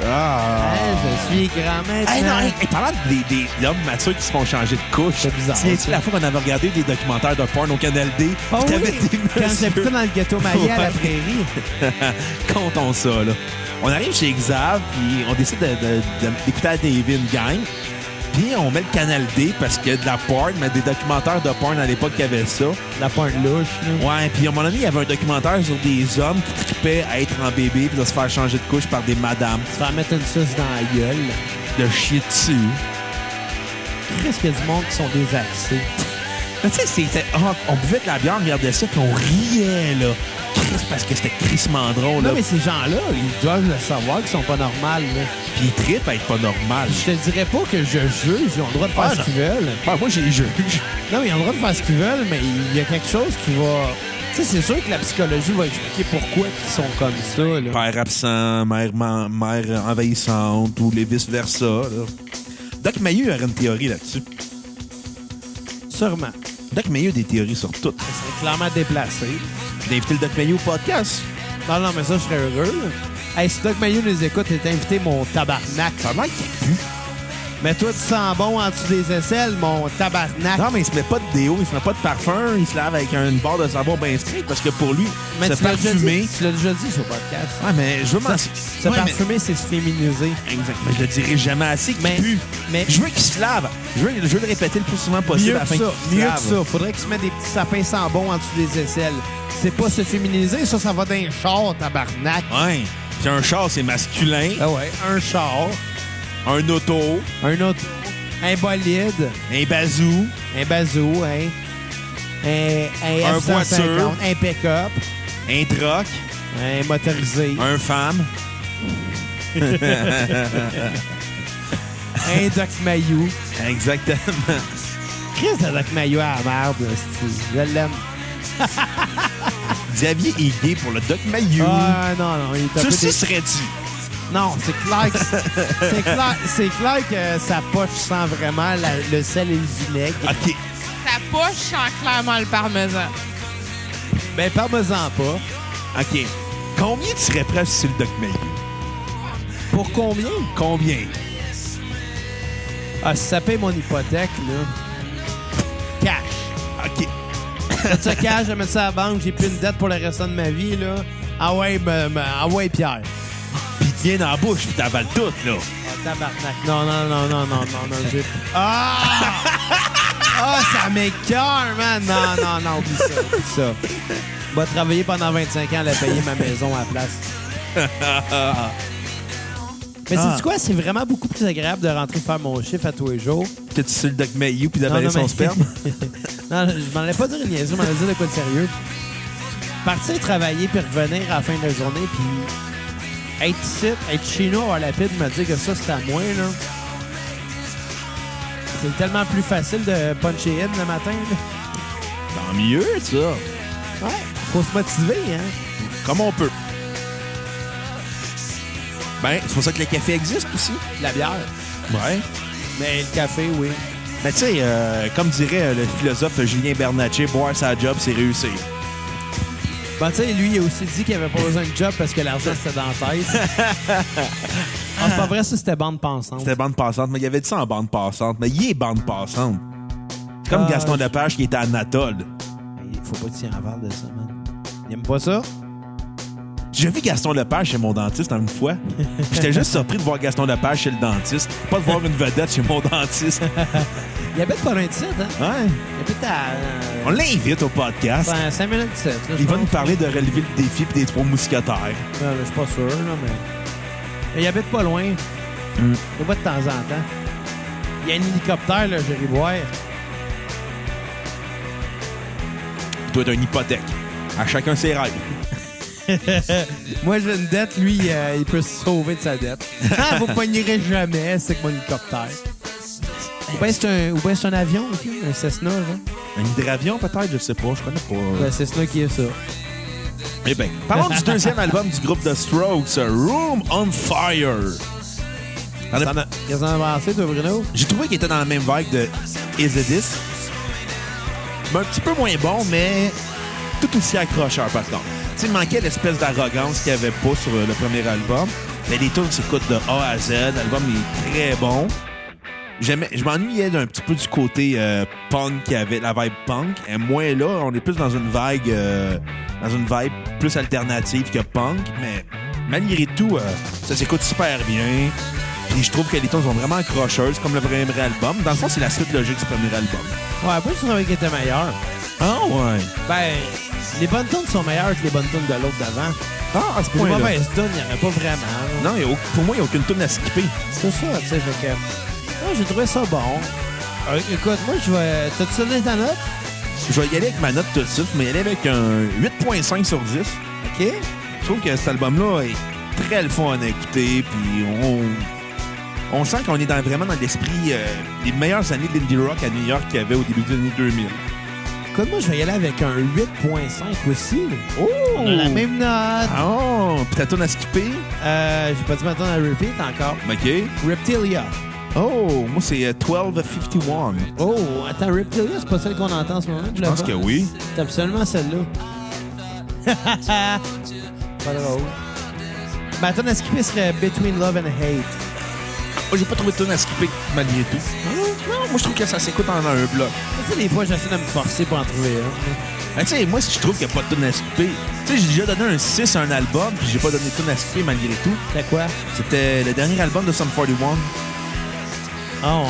S1: Ah!
S3: Hey, je suis grand maintenant.
S1: Eh, Hey, non, hey, hey, parlant des, des hommes matures qui se font changer de couche,
S3: C'est bizarre,
S1: Tiens-tu
S3: ça.
S1: la fois qu'on avait regardé des documentaires de porn au Canal D?
S3: Ah
S1: Puis t'avais
S3: oui,
S1: des
S3: quand
S1: messieurs-
S3: j'habitais dans le ghetto Maya à la
S1: Ouais.
S3: prairie.
S1: Comptons ça, là. On arrive chez Xav, puis on décide de- de- de- d'écouter à la TV une gang. Puis on met le Canal D parce qu'il y a de la porn, mais des documentaires de porn à l'époque qui avaient ça.
S3: La pointe louche. là.
S1: Ouais, puis à un moment donné, il y avait un documentaire sur des hommes qui trippaient à être en bébé puis de se faire changer de couche par des madames,
S3: Tu vas mettre une sauce dans la gueule.
S1: de chier dessus.
S3: Qu'est-ce qu'il y a du monde qui sont désaxés?
S1: Mais tu sais, c'était... ah, on buvait de la bière, on regardait ça, puis on riait, là. Chris, parce que c'était Chris Mandron, là.
S3: Non, mais ces gens-là, ils doivent le savoir qu'ils sont pas normaux. là.
S1: Puis il tripe à être pas normal.
S3: Je te dirais pas que je juge, ils ont le droit de faire
S1: Ah,
S3: ce qu'ils veulent.
S1: Ah, moi, j'ai juge.
S3: Non, mais ils ont le droit de faire ce qu'ils veulent, mais il y a quelque chose qui va. Tu sais, c'est sûr que la psychologie va expliquer pourquoi ils sont comme ça. Là.
S1: Père absent, mère, man- mère envahissante ou les vice-versa, là. Doc Mayu aurait une théorie là-dessus.
S3: Sûrement.
S1: Doc Mayu a des théories sur tout.
S3: Ça serait clairement déplacé.
S1: D'inviter le Doc Mayu au podcast.
S3: Non, non, mais ça, je serais heureux. là. Hey, si Doc Mayou nous écoute, t'es invité, mon tabarnak.
S1: Ça mec qui pue.
S3: Mais toi, tu sens bon en dessous des aisselles, mon tabarnak.
S1: Non, mais il se met pas de déo, il se met pas de parfum, il se lave avec une barre de savon bien straight parce que pour lui,
S3: mais
S1: se
S3: tu l'as déjà
S1: parfumer.
S3: dit, tu l'as déjà dit sur le podcast.
S1: Ouais, mais je veux m'en.
S3: Se
S1: Ouais, mais-
S3: parfumer, c'est se féminiser.
S1: Exact. Mais je le dirai jamais assez qu'il
S3: Mais-
S1: pue.
S3: mais-
S1: Je veux qu'il se lave. Je veux, je veux le répéter le plus souvent possible afin qu'il se
S3: Mieux
S1: lave.
S3: que ça. Faudrait que tu mettes des petits sapins sans bon en dessous des aisselles. C'est pas se féminiser, ça, ça va d'un char, tabarnak.
S1: Ouais. Puis un char, c'est masculin.
S3: Ah ouais, un char, Ah.
S1: Un auto,
S3: un autre, un bolide,
S1: un bazou,
S3: un bazou, hein, un, un,
S1: Un voiture.
S3: un pick-up,
S1: un troc,
S3: un motorisé,
S1: un femme.
S3: un Doc Mayou.
S1: Exactement.
S3: Chris de Doc Mayou à la merde, là, c'ti. je l'aime.
S1: Xavier est gay pour le Doc Mayu.
S3: Ah non, non, il est un peu
S1: Ceci
S3: dé-
S1: serait-tu?
S3: Non, c'est clair que c'est clair, c'est clair que sa poche sent vraiment la- le sel et le vinaigre.
S1: OK.
S4: Ta poche sent clairement le parmesan.
S3: Ben parmesan pas.
S1: OK. Combien tu serais prêt sur le Doc Mayu?
S3: Pour combien?
S1: Combien?
S3: Ah, si ça paye mon hypothèque, là. Cash.
S1: OK.
S3: Faites ça cash, je mets ça à la banque, j'ai plus une dette pour le restant de ma vie, là. Ah ouais, ben, ben, ah ouais, Pierre.
S1: Puis tiens dans la bouche, puis t'avales tout, là.
S3: Ah, tabarnak. Non, non, non, non, non, non, non, j'ai... Ah! Ah, ça m'écœure, man! Non, non, non, oublie ça, oublie ça. Va travailler pendant 25 ans, à payer ma maison à la place. Mais
S1: Ah.
S3: c'est quoi? C'est vraiment beaucoup plus agréable de rentrer faire mon chiffre à tous les jours.
S1: Que tu sur le Doc Mayu, puis
S3: Non,
S1: d'avaler
S3: non,
S1: son
S3: mais-
S1: sperme?
S3: non, je m'en allais pas dire une niaiserie, je m'en allais dire de quoi de sérieux. Partir travailler puis revenir à la fin de la journée puis être ici, être chez nous, avoir la paix de me dire que ça, c'est à moi, là. C'est tellement plus facile de puncher in le matin, là.
S1: Tant mieux, ça.
S3: Ouais. Faut se motiver, hein.
S1: Comme on peut. Ben, c'est pour ça que le café existe aussi.
S3: La bière.
S1: Ouais.
S3: Mais le café, oui.
S1: Mais tu sais, euh, comme dirait euh, le philosophe Julien Bernatchez, boire sa job, c'est réussir.
S3: Ben, tu sais, lui, il a aussi dit qu'il avait pas besoin de job parce que l'argent, c'était dans la tête. ah, c'est pas vrai, ça, c'était bande pensante.
S1: C'était bande passante, mais il avait dit ça en bande passante. Mais il est bande passante. C'est Comme
S3: Ah,
S1: Gaston Lepage qui était Anatole.
S3: Il faut pas que tu en parles de ça, man. Il aime pas ça?
S1: J'ai vu Gaston Lepage chez mon dentiste une fois. J'étais juste surpris de voir Gaston Lepage chez le dentiste. Pas de voir une vedette chez mon dentiste.
S3: Il habite pas loin de 7, hein?
S1: Ouais.
S3: Il habite à.
S1: On l'invite au podcast.
S3: 5 minutes de 7. Là, je
S1: Il va nous
S3: pense.
S1: parler de relever le défi pis des trois mousquetaires.
S3: Ouais, là, Je suis pas sûr, là, mais. mais il habite pas loin. Il va de temps en temps. Il y a un hélicoptère, là, j'irai voir.
S1: Il doit être une hypothèque. À chacun ses rêves.
S3: Moi, j'ai une dette, lui, euh, il peut se sauver de sa dette. Ah, vous pognerez jamais, c'est que mon hélicoptère. Ou bien c'est un, ou bien c'est un avion, ok, un Cessna, genre.
S1: Un hydravion peut-être, je sais pas, je connais pas.
S3: Le Cessna qui est ça.
S1: Eh bien, parlons du deuxième album du groupe The Strokes, Room on Fire. T'en as-
S3: Qu'est-ce qu'on a avancé, toi, Bruno?
S1: J'ai trouvé qu'il était dans la même vague de Is It This. Mais un petit peu moins bon, mais tout aussi accrocheur par contre. Tu sais, il manquait l'espèce d'arrogance qu'il n'y avait pas sur euh, le premier album. Mais les tunes s'écoutent de A à Z. L'album est très bon. J'aimais- Je m'ennuyais d'un petit peu du côté euh, punk qu'il y avait, la vibe punk. Et moins là, on est plus dans une vague, euh, dans une vibe plus alternative que punk. Mais malgré tout, euh, ça s'écoute super bien. Puis je trouve que les tunes sont vraiment accrocheuses, comme le premier album. Dans le fond, c'est la suite logique du premier album.
S3: Ouais, pas je trouvais qu'il était meilleur.
S1: Ah ouais.
S3: Ben, les bonnes tunes sont meilleures que les bonnes tunes de l'autre d'avant.
S1: Ah, à ce
S3: Pour les
S1: point-là.
S3: mauvaises tunes, il n'y en a pas vraiment.
S1: Non, il y a au- pour moi, il n'y a aucune tune à skipper.
S3: C'est ça, tu sais, fait que... Non, j'ai trouvé ça bon. Euh, écoute, moi, je vais... T'as-tu donné ta note?
S1: Je vais y aller avec ma note tout de suite, mais y aller avec un 8.5 sur 10.
S3: OK?
S1: Je trouve que cet album-là est très le fun à écouter, puis on, on sent qu'on est dans- vraiment dans l'esprit euh, des meilleures années de l'indie rock à New York qu'il y avait au début des années 2000.
S3: Écoute, moi, je vais y aller avec un 8.5 aussi.
S1: Oh!
S3: On a la même note.
S1: Oh! Puis ta tourne à skipper?
S3: Euh, J'ai pas dû m'attendre à repeat encore.
S1: OK.
S3: Reptilia.
S1: Oh! Moi, c'est euh, 1251.
S3: Oh, attends, Reptilia, c'est pas celle qu'on entend en ce moment?
S1: Je pense que oui.
S3: C'est absolument celle-là. pas drôle. Ben, attends, est-ce qu'il serait Between Love and Hate?
S1: Moi, j'ai pas trouvé de tourne à skipper, malgré tout. Hein? Non, moi, je trouve que ça s'écoute en un bloc.
S3: Tu sais, des fois, j'essaie de me forcer pour en trouver un.
S1: Ah, tu sais, moi, si je trouve qu'il n'y a pas de tune à skipper, tu sais, j'ai déjà donné un 6 à un album, puis j'ai pas donné de tune à skipper malgré tout.
S3: C'est quoi?
S1: C'était le dernier album de Sum 41.
S3: Ah ouais?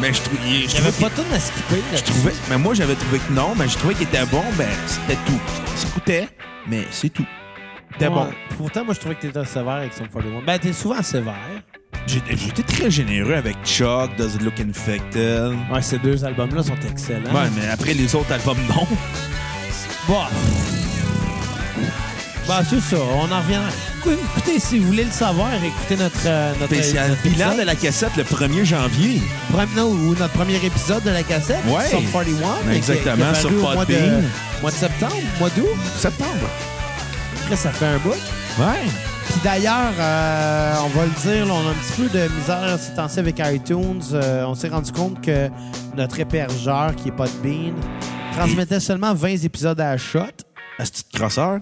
S1: Mais je, trou- il- je
S3: J'avais
S1: trouvais.
S3: pas
S1: qu'il-
S3: tout à skipper. là.
S1: je trouvais- Mais moi, j'avais trouvé que non, mais je trouvais qu'il était bon, ben, c'était tout. J'écoutais, mais c'est tout. C'était
S3: Ouais.
S1: bon.
S3: Pourtant, moi, je trouvais que t'étais sévère avec Sum 41. Ben, t'es souvent sévère.
S1: J'ai- J'étais très généreux avec Chuck, Does It Look Infected.
S3: Ouais, ces deux albums-là sont excellents.
S1: Ouais, mais après les autres albums, non.
S3: Bah. Bah, c'est ça, on en revient. Écou- Écoutez, si vous voulez le savoir, écoutez notre. euh, notre
S1: Spécial
S3: notre
S1: bilan
S3: épisode.
S1: de la cassette le 1er janvier.
S3: Premier- non, ou notre premier épisode de la cassette,
S1: Ouais.
S3: Sum 41. mais qui- qui est
S1: Exactement,
S3: paru
S1: sur
S3: au mois de,
S1: Podbean.
S3: mois de septembre, mois d'août.
S1: Septembre.
S3: Après, ça fait un bout.
S1: Ouais.
S3: Puis d'ailleurs, euh, on va le dire, là, on a un petit peu de misère ces temps-ci avec iTunes. Euh, on s'est rendu compte que notre hébergeur, qui est Podbean, transmettait seulement 20 épisodes à la shot.
S1: À ce petit crosseur.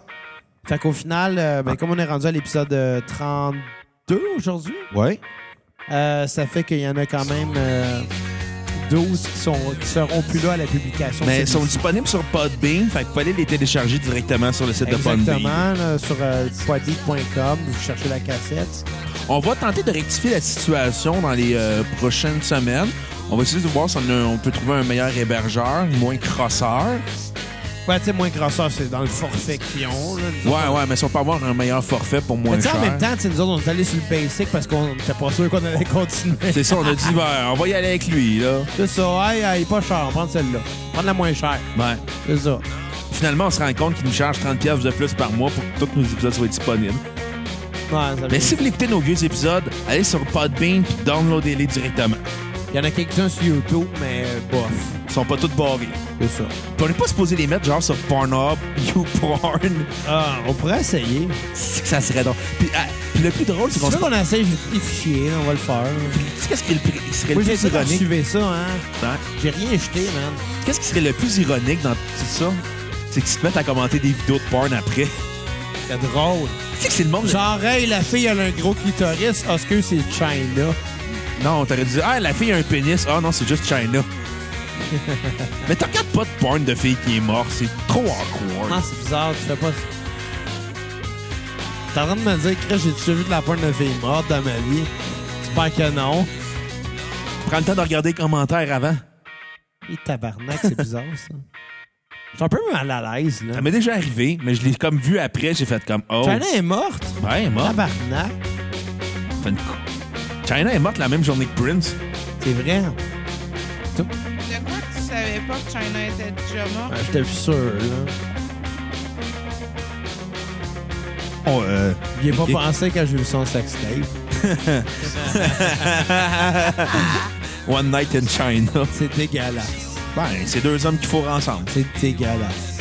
S3: Fait qu'au final, euh, ben, comme on est rendu à l'épisode euh, 32 aujourd'hui,
S1: Ouais.
S3: euh, ça fait qu'il y en a quand même euh, 12 qui, sont, qui seront plus là à la publication.
S1: Mais ils
S3: de
S1: sont
S3: celui-ci.
S1: disponibles sur Podbean, fait qu'il fallait les télécharger directement sur le site de Podbean.
S3: Exactement, là, sur euh, podbean.com, vous cherchez la cassette.
S1: On va tenter de rectifier la situation dans les euh, prochaines semaines. On va essayer de voir si on, a- on peut trouver un meilleur hébergeur, moins crosseur.
S3: Ouais, tu sais, moins grosseur, c'est dans le forfait qu'ils ont. Là, nous
S1: Ouais,
S3: autres,
S1: ouais, mais si on peut avoir un meilleur forfait pour
S3: Mais
S1: moins
S3: tu sais,
S1: cher.
S3: en même temps, tu sais, nous autres, on est allés sur le basic parce qu'on était pas sûr qu'on allait continuer.
S1: C'est ça, on a dit, ben, on va y aller avec lui, là.
S3: C'est ça. Aïe, aïe, pas cher. On va prendre celle-là. Prendre la moins chère.
S1: Ouais.
S3: C'est ça.
S1: Finalement, on se rend compte qu'il nous charge 30$ piastres de plus par mois pour que tous nos épisodes soient disponibles.
S3: Ouais, ça
S1: Mais si vous voulez écouter nos vieux épisodes, allez sur Podbean puis downloadez-les directement.
S3: Il y en a quelques-uns sur YouTube, mais euh, bof.
S1: Ils sont pas tous barrés.
S3: C'est ça.
S1: Puis on n'est pas supposé les mettre genre sur Pornhub, YouPorn.
S3: Ah, on pourrait essayer.
S1: C'est que ça serait drôle. Puis, ah, puis le plus drôle, c'est
S3: C'est
S1: qu'on se
S3: sûr qu'on essaye juste les fichiers. là, On va le faire.
S1: Tu sais qu'est-ce qui est le plus- qui serait le
S3: Moi, j'ai
S1: plus
S3: essayé de
S1: ironique?
S3: suivre ça, hein.
S1: hein?
S3: J'ai rien jeté, man.
S1: Qu'est-ce qui serait le plus ironique dans tout ça? C'est qu'ils se mettent à commenter des vidéos de porn après.
S3: C'est drôle.
S1: Tu sais que c'est le monde...
S3: Genre, hey, la fille, elle a un gros clitoris. Est-ce que c'est China?
S1: Non, t'aurais dit, ah, la fille a un pénis. Ah non, c'est juste China. Mais t'en regardes pas de porn de fille qui est morte. C'est trop
S3: Non,
S1: awkward.
S3: Ah, c'est bizarre, tu fais pas. T'es en train de me dire, Chris, j'ai déjà vu de la porn de filles mortes dans ma vie. J'espère que non.
S1: Prends le temps de regarder les commentaires avant.
S3: Et tabarnak, c'est bizarre, ça. J'étais un peu mal à l'aise, là.
S1: Ça m'est déjà arrivé, Ah, mais je l'ai comme vu après. J'ai fait comme, oh,
S3: China est Ah, morte.
S1: ouais, mort.
S3: Tabarnak.
S1: Fait une cou- China est morte la même journée que Prince.
S3: C'est vrai.
S4: De quoi tu savais pas que China était déjà morte?
S3: Ah, J'étais plus sûr, là.
S1: Oh, euh...
S3: J'y ai pas
S1: Ok.
S3: pensé quand j'ai vu son sextape.
S1: One Night in China.
S3: C'est dégueulasse.
S1: Ben, c'est deux hommes qui fourrent ensemble.
S3: C'est dégueulasse.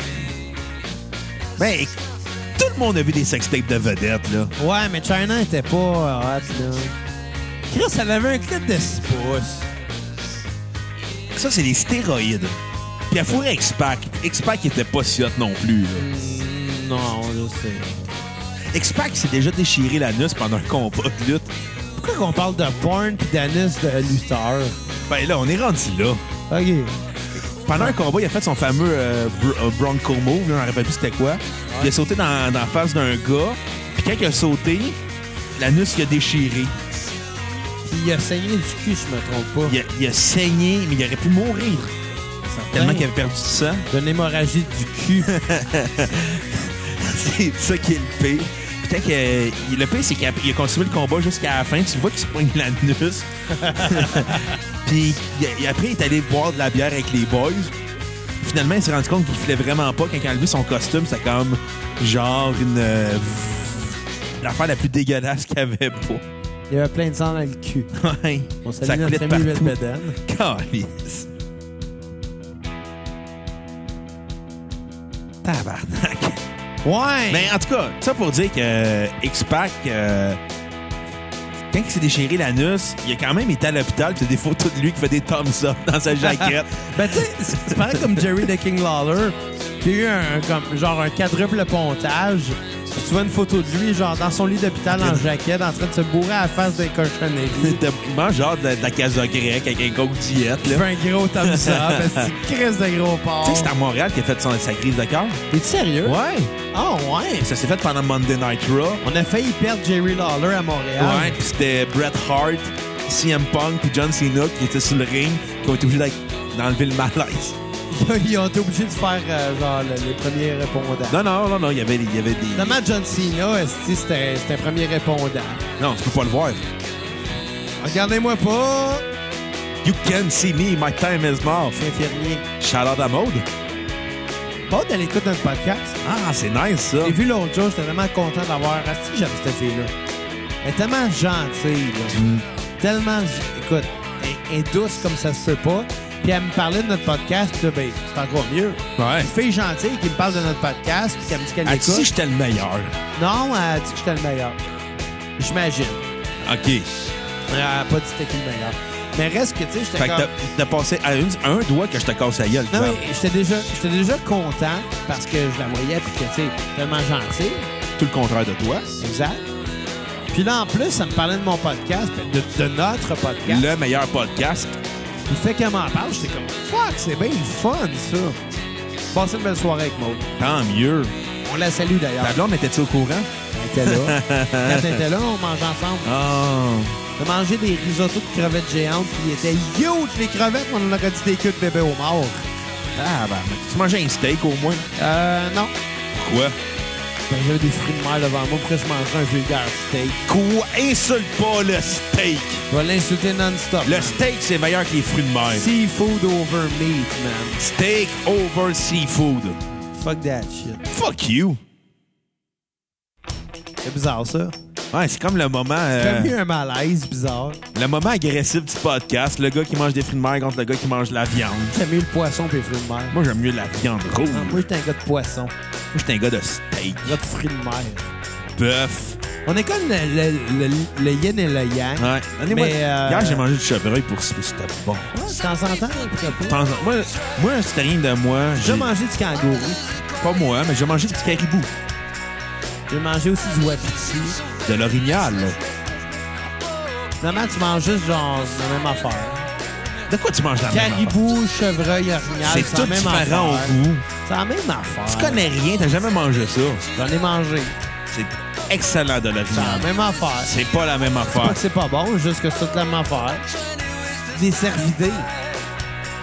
S1: Ben, tout le monde a vu des sextapes de vedettes, là.
S3: Ouais, mais China était pas hot, là. Chris, elle avait un clip de 6 pouces.
S1: Ça, c'est des stéroïdes. Puis elle fourrait X-Pac. X-Pac était pas si hot non plus, là.
S3: Mm, Non, je sais.
S1: X-Pac s'est déjà déchiré l'anus pendant un combat de lutte.
S3: Pourquoi qu'on parle de porn pis d'anus de lutteur?
S1: Ben là, on est rendu là.
S3: OK.
S1: Pendant un combat, il a fait son fameux euh, br- euh, Bronco Move, là, on ne rappelle plus c'était quoi. Il a sauté dans, dans la face d'un gars. Puis quand il a sauté, l'anus, il a déchiré.
S3: Pis il a saigné du cul, je me trompe pas.
S1: Il a, il a saigné, mais il aurait pu mourir.
S3: Certain.
S1: Tellement qu'il avait perdu du sang.
S3: D'une hémorragie du cul.
S1: C'est ça qui est le pire. Peut-être que euh, le pire, c'est qu'il a, il a continué le combat jusqu'à la fin. Tu vois qu'il se poigne l'anus. Puis il- il- après, il est allé boire de la bière avec les boys. Finalement, il s'est rendu compte qu'il filait vraiment pas. Quand il a enlevé son costume, c'était comme genre une. euh, L'affaire la plus dégueulasse qu'il y avait pas.
S3: Il y avait plein de sang dans le cul.
S1: Ouais.
S3: On
S1: Ça
S3: salue
S1: coulait
S3: notre
S1: de
S3: ami
S1: partout.
S3: Belbeden.
S1: Calice. Tabarnak.
S3: Ouais!
S1: Mais en tout cas, ça pour dire que euh, X-Pac, euh, quand il s'est déchiré l'anus, il a quand même été à l'hôpital. puis T'as des photos de lui qui fait des thumbs up dans sa jaquette.
S3: Ben, tu sais, c'est- c'est pareil comme Jerry the King Lawler, qui a eu un, comme, genre un quadruple pontage. Puis Tu vois une photo de lui, genre, dans son lit d'hôpital, en jaquette, en train de se bourrer à la face d'un cochonnerie.
S1: C'était vraiment genre de, de la casa grecque avec un coke diète.
S3: Il fait
S1: Là.
S3: un gros thumbs up, parce que c'est Chris de gros porc.
S1: Tu sais que c'est à Montréal qu'il a fait son, sa crise de cœur?
S3: T'es sérieux?
S1: Ouais.
S3: Ah, ouais!
S1: Ça s'est fait pendant Monday Night Raw.
S3: On a failli perdre Jerry Lawler à Montréal.
S1: Ouais, puis c'était Bret Hart, CM Punk, puis John Cena qui étaient sur le ring, qui ont été obligés d'ac- d'enlever le malaise.
S3: Ils ont été obligés de faire, euh, genre, le- les premiers répondants.
S1: Non, non, non, non, il y avait, il y avait des.
S3: Finalement, John Cena, esti, c'était c'était un premier répondant.
S1: Non, tu peux pas le voir.
S3: Regardez-moi pas!
S1: You can see me, my time is now.
S3: Je suis infirmier.
S1: Shout out à Maude.
S3: Pas de l'écoute de notre podcast.
S1: Ah, c'est nice ça.
S3: J'ai vu l'autre jour, j'étais tellement content d'avoir. Ah, si j'aime cette fille-là. Elle est tellement gentille, là.
S1: Mm.
S3: Tellement. Écoute, elle elle est douce comme ça se peut pas. Puis elle me parlait de notre podcast, puis là, ben, c'est encore mieux.
S1: Ouais.
S3: Une fille gentille qui me parle de notre podcast, puis qui me dit qu'elle
S1: Elle dit si
S3: l'écoute.
S1: j'étais le meilleur.
S3: Non, elle a dit que j'étais le meilleur. J'imagine.
S1: OK.
S3: Elle a pas dit que t'étais qui le meilleur. Mais reste que, tu sais, j'étais
S1: Fait que
S3: comme...
S1: t'as- t'as passé à une- un doigt que je te casse la gueule.
S3: Non,
S1: Sam.
S3: mais j'étais déjà, j'étais déjà content parce que je la voyais, puis que, tu sais, tellement gentille.
S1: Tout le contraire de toi.
S3: Exact. Puis là, en plus, ça me parlait de mon podcast, ben, de, de notre podcast.
S1: Le meilleur podcast.
S3: Il fait qu'elle m'en parle, j'étais comme « Fuck, c'est bien le fun, ça! » Passez une belle soirée avec Maud.
S1: Tant mieux.
S3: On la salue, d'ailleurs.
S1: Ta blonde était-tu au courant?
S3: Elle était là. Quand elle était là, on mangeait ensemble.
S1: Ah.
S3: On a mangé des risottos de crevettes géantes, puis ils étaient huge, les crevettes, mais on aurait dit des queues de bébé au mort.
S1: Ah, ben, tu mangeais un steak au moins.
S3: Euh, non.
S1: Quoi?
S3: Ben, j'avais des fruits de mer devant moi, pourquoi je mangerais un vulgaire steak?
S1: Quoi? Insulte pas le steak.
S3: Je vais l'insulter non-stop.
S1: Le steak, c'est meilleur que les fruits de mer.
S3: Seafood over meat, man.
S1: Steak over seafood.
S3: Fuck that shit.
S1: Fuck you.
S3: C'est bizarre, ça.
S1: Ouais, c'est comme le moment... euh,
S3: J'ai eu un malaise bizarre.
S1: Le moment agressif du podcast, le gars qui mange des fruits de mer contre le gars qui mange de la viande.
S3: J'aime mieux le poisson puis les fruits de mer.
S1: Moi, j'aime mieux la viande rouge.
S3: Ah,
S1: Moi,
S3: moi, j'étais un gars de poisson.
S1: j'étais un gars de steak,
S3: Un gars de fruits de mer.
S1: bœuf.
S3: On est comme le, le- le- le yin et le yang.
S1: Ouais. Donnez-moi-
S3: Mais, euh,
S1: Hier, j'ai mangé du chevreuil pour souper. C'était bon.
S3: Ouais, de temps en temps, pourquoi
S1: De
S3: pas.
S1: temps en- Moi, moi c'était rien de moi.
S3: J'ai
S1: J'ai-
S3: mangé du kangourou.
S1: Pas moi, mais j'ai mangé du caribou.
S3: J'ai mangé aussi du wapiti.
S1: De l'orignal.
S3: Finalement, tu manges juste genre la même affaire.
S1: De quoi tu manges la même affaire?
S3: Caribou, chevreuil, orignal,
S1: C'est
S3: c'est
S1: tout
S3: la même affaire. Ah.
S1: différent au goût.
S3: C'est la même affaire.
S1: Tu connais rien, t'as jamais mangé ça.
S3: J'en ai mangé.
S1: C'est excellent de
S3: C'est la
S1: l'orignal.
S3: même affaire.
S1: C'est pas la même
S3: C'est pas
S1: affaire.
S3: que c'est pas bon, juste que c'est toute la même affaire. Des cervidés.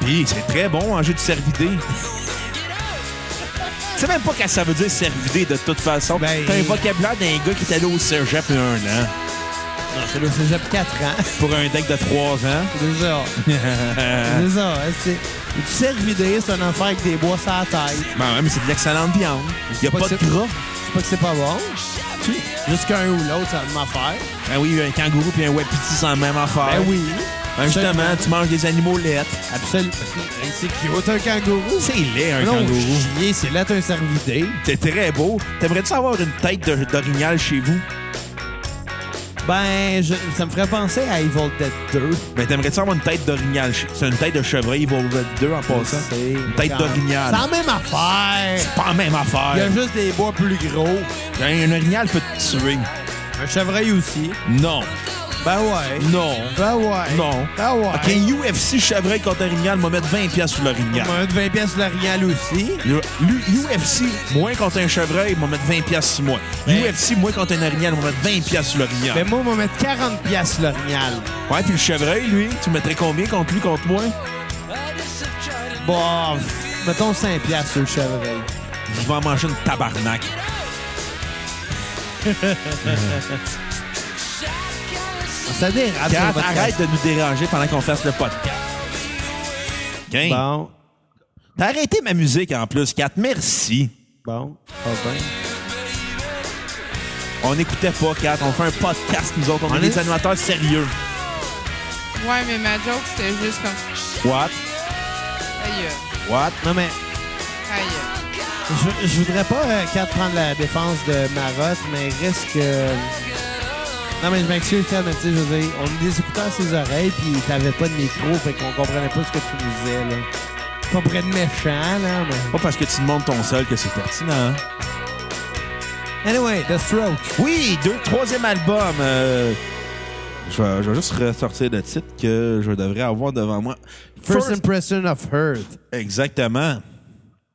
S1: Puis c'est très bon en jeu de cervidé. Tu sais même pas qu'est-ce que ça veut dire cervidé de toute façon.
S3: Ben-
S1: T'as un vocabulaire d'un gars qui est allé au cégep il y a un an
S3: Non, c'est le cégep 4 ans.
S1: pour un deck de 3 ans.
S3: Déjà. Déjà, hein, c'est. Du cervidé, c'est un affaire avec des bois sur la tête.
S1: Ben ouais, mais c'est de l'excellente viande. Il y a
S3: Pas
S1: pas de
S3: que c'est-
S1: gras.
S3: C'est pas que c'est pas bon. Juste qu'un ou l'autre, ça va m'affaire.
S1: Ben oui, un kangourou puis un wapiti, c'est la même affaire.
S3: Ben oui.
S1: Ben justement, tu manges des animaux laids.
S3: Absolument. C'est cute, un kangourou.
S1: C'est laid, un
S3: Non,
S1: kangourou.
S3: chier, c'est là un cervidé.
S1: C'est très beau. T'aimerais-tu avoir une tête de- d'orignal chez vous?
S3: Ben, je- ça me ferait penser à Evil Dead 2.
S1: Ben t'aimerais-tu avoir une tête d'orignal? chez- C'est une tête de chevreuil, ils vont deux en passant.
S3: C'est-
S1: Une tête d'orignal.
S3: C'est la même affaire.
S1: C'est pas la même affaire.
S3: Il y a juste des bois plus gros.
S1: Un, un orignal peut te tuer.
S3: Un chevreuil aussi.
S1: Non.
S3: Ben ouais.
S1: Non.
S3: Ben ouais.
S1: Non.
S3: Ben ouais.
S1: Ok, UFC chevreuil contre orignal, m'a mettre 20 pièces sur l'orignal.
S3: Un de 20 pièces de l'orignal aussi.
S1: Le- l'U- UFC, moins contre un chevreuil, m'a mettre 20 pièces sur moi.
S3: Ben-
S1: UFC, moins contre un orignal, m'a mettre 20 pièces sur l'orignal.
S3: Ben moi, on va mettre 40 pièces l'orignal.
S1: Ouais, puis le chevreuil, lui, tu mettrais combien contre lui, contre moi?
S3: Bon, pff, mettons 5 pièces sur le chevreuil.
S1: Il va en manger une tabarnak.
S3: Ah, Ça dérape.
S1: Kat,
S3: sur votre
S1: arrête de nous déranger pendant qu'on fasse le podcast. OK?
S3: Bon.
S1: T'as arrêté ma musique en plus, Kat. Merci.
S3: Bon, pas bien.
S1: On n'écoutait pas, Kat. On fait un podcast, nous autres. On,
S3: On
S1: est
S3: est-
S1: des animateurs sérieux.
S4: Ouais, mais ma joke, c'était juste comme.
S1: What?
S4: Aïe,
S1: What?
S3: Non, mais
S4: aïe.
S3: je, je voudrais pas, euh, Kat, prendre la défense de Marotte, mais risque. que... Non, mais je m'excuse, Kat, mais tu sais, je veux dire, on a des écouteurs à ses oreilles, puis t'avais pas de micro, fait qu'on comprenait pas ce que tu nous disais, là. Je comprenais de méchant, là, mais.
S1: Pas parce que tu montes ton sol que c'est pertinent. hein?
S3: Anyway, The Stroke.
S1: Oui, deux, troisième album. euh, je, vais, je vais juste ressortir le titre que je devrais avoir devant moi.
S3: First Impression of Earth.
S1: Exactement.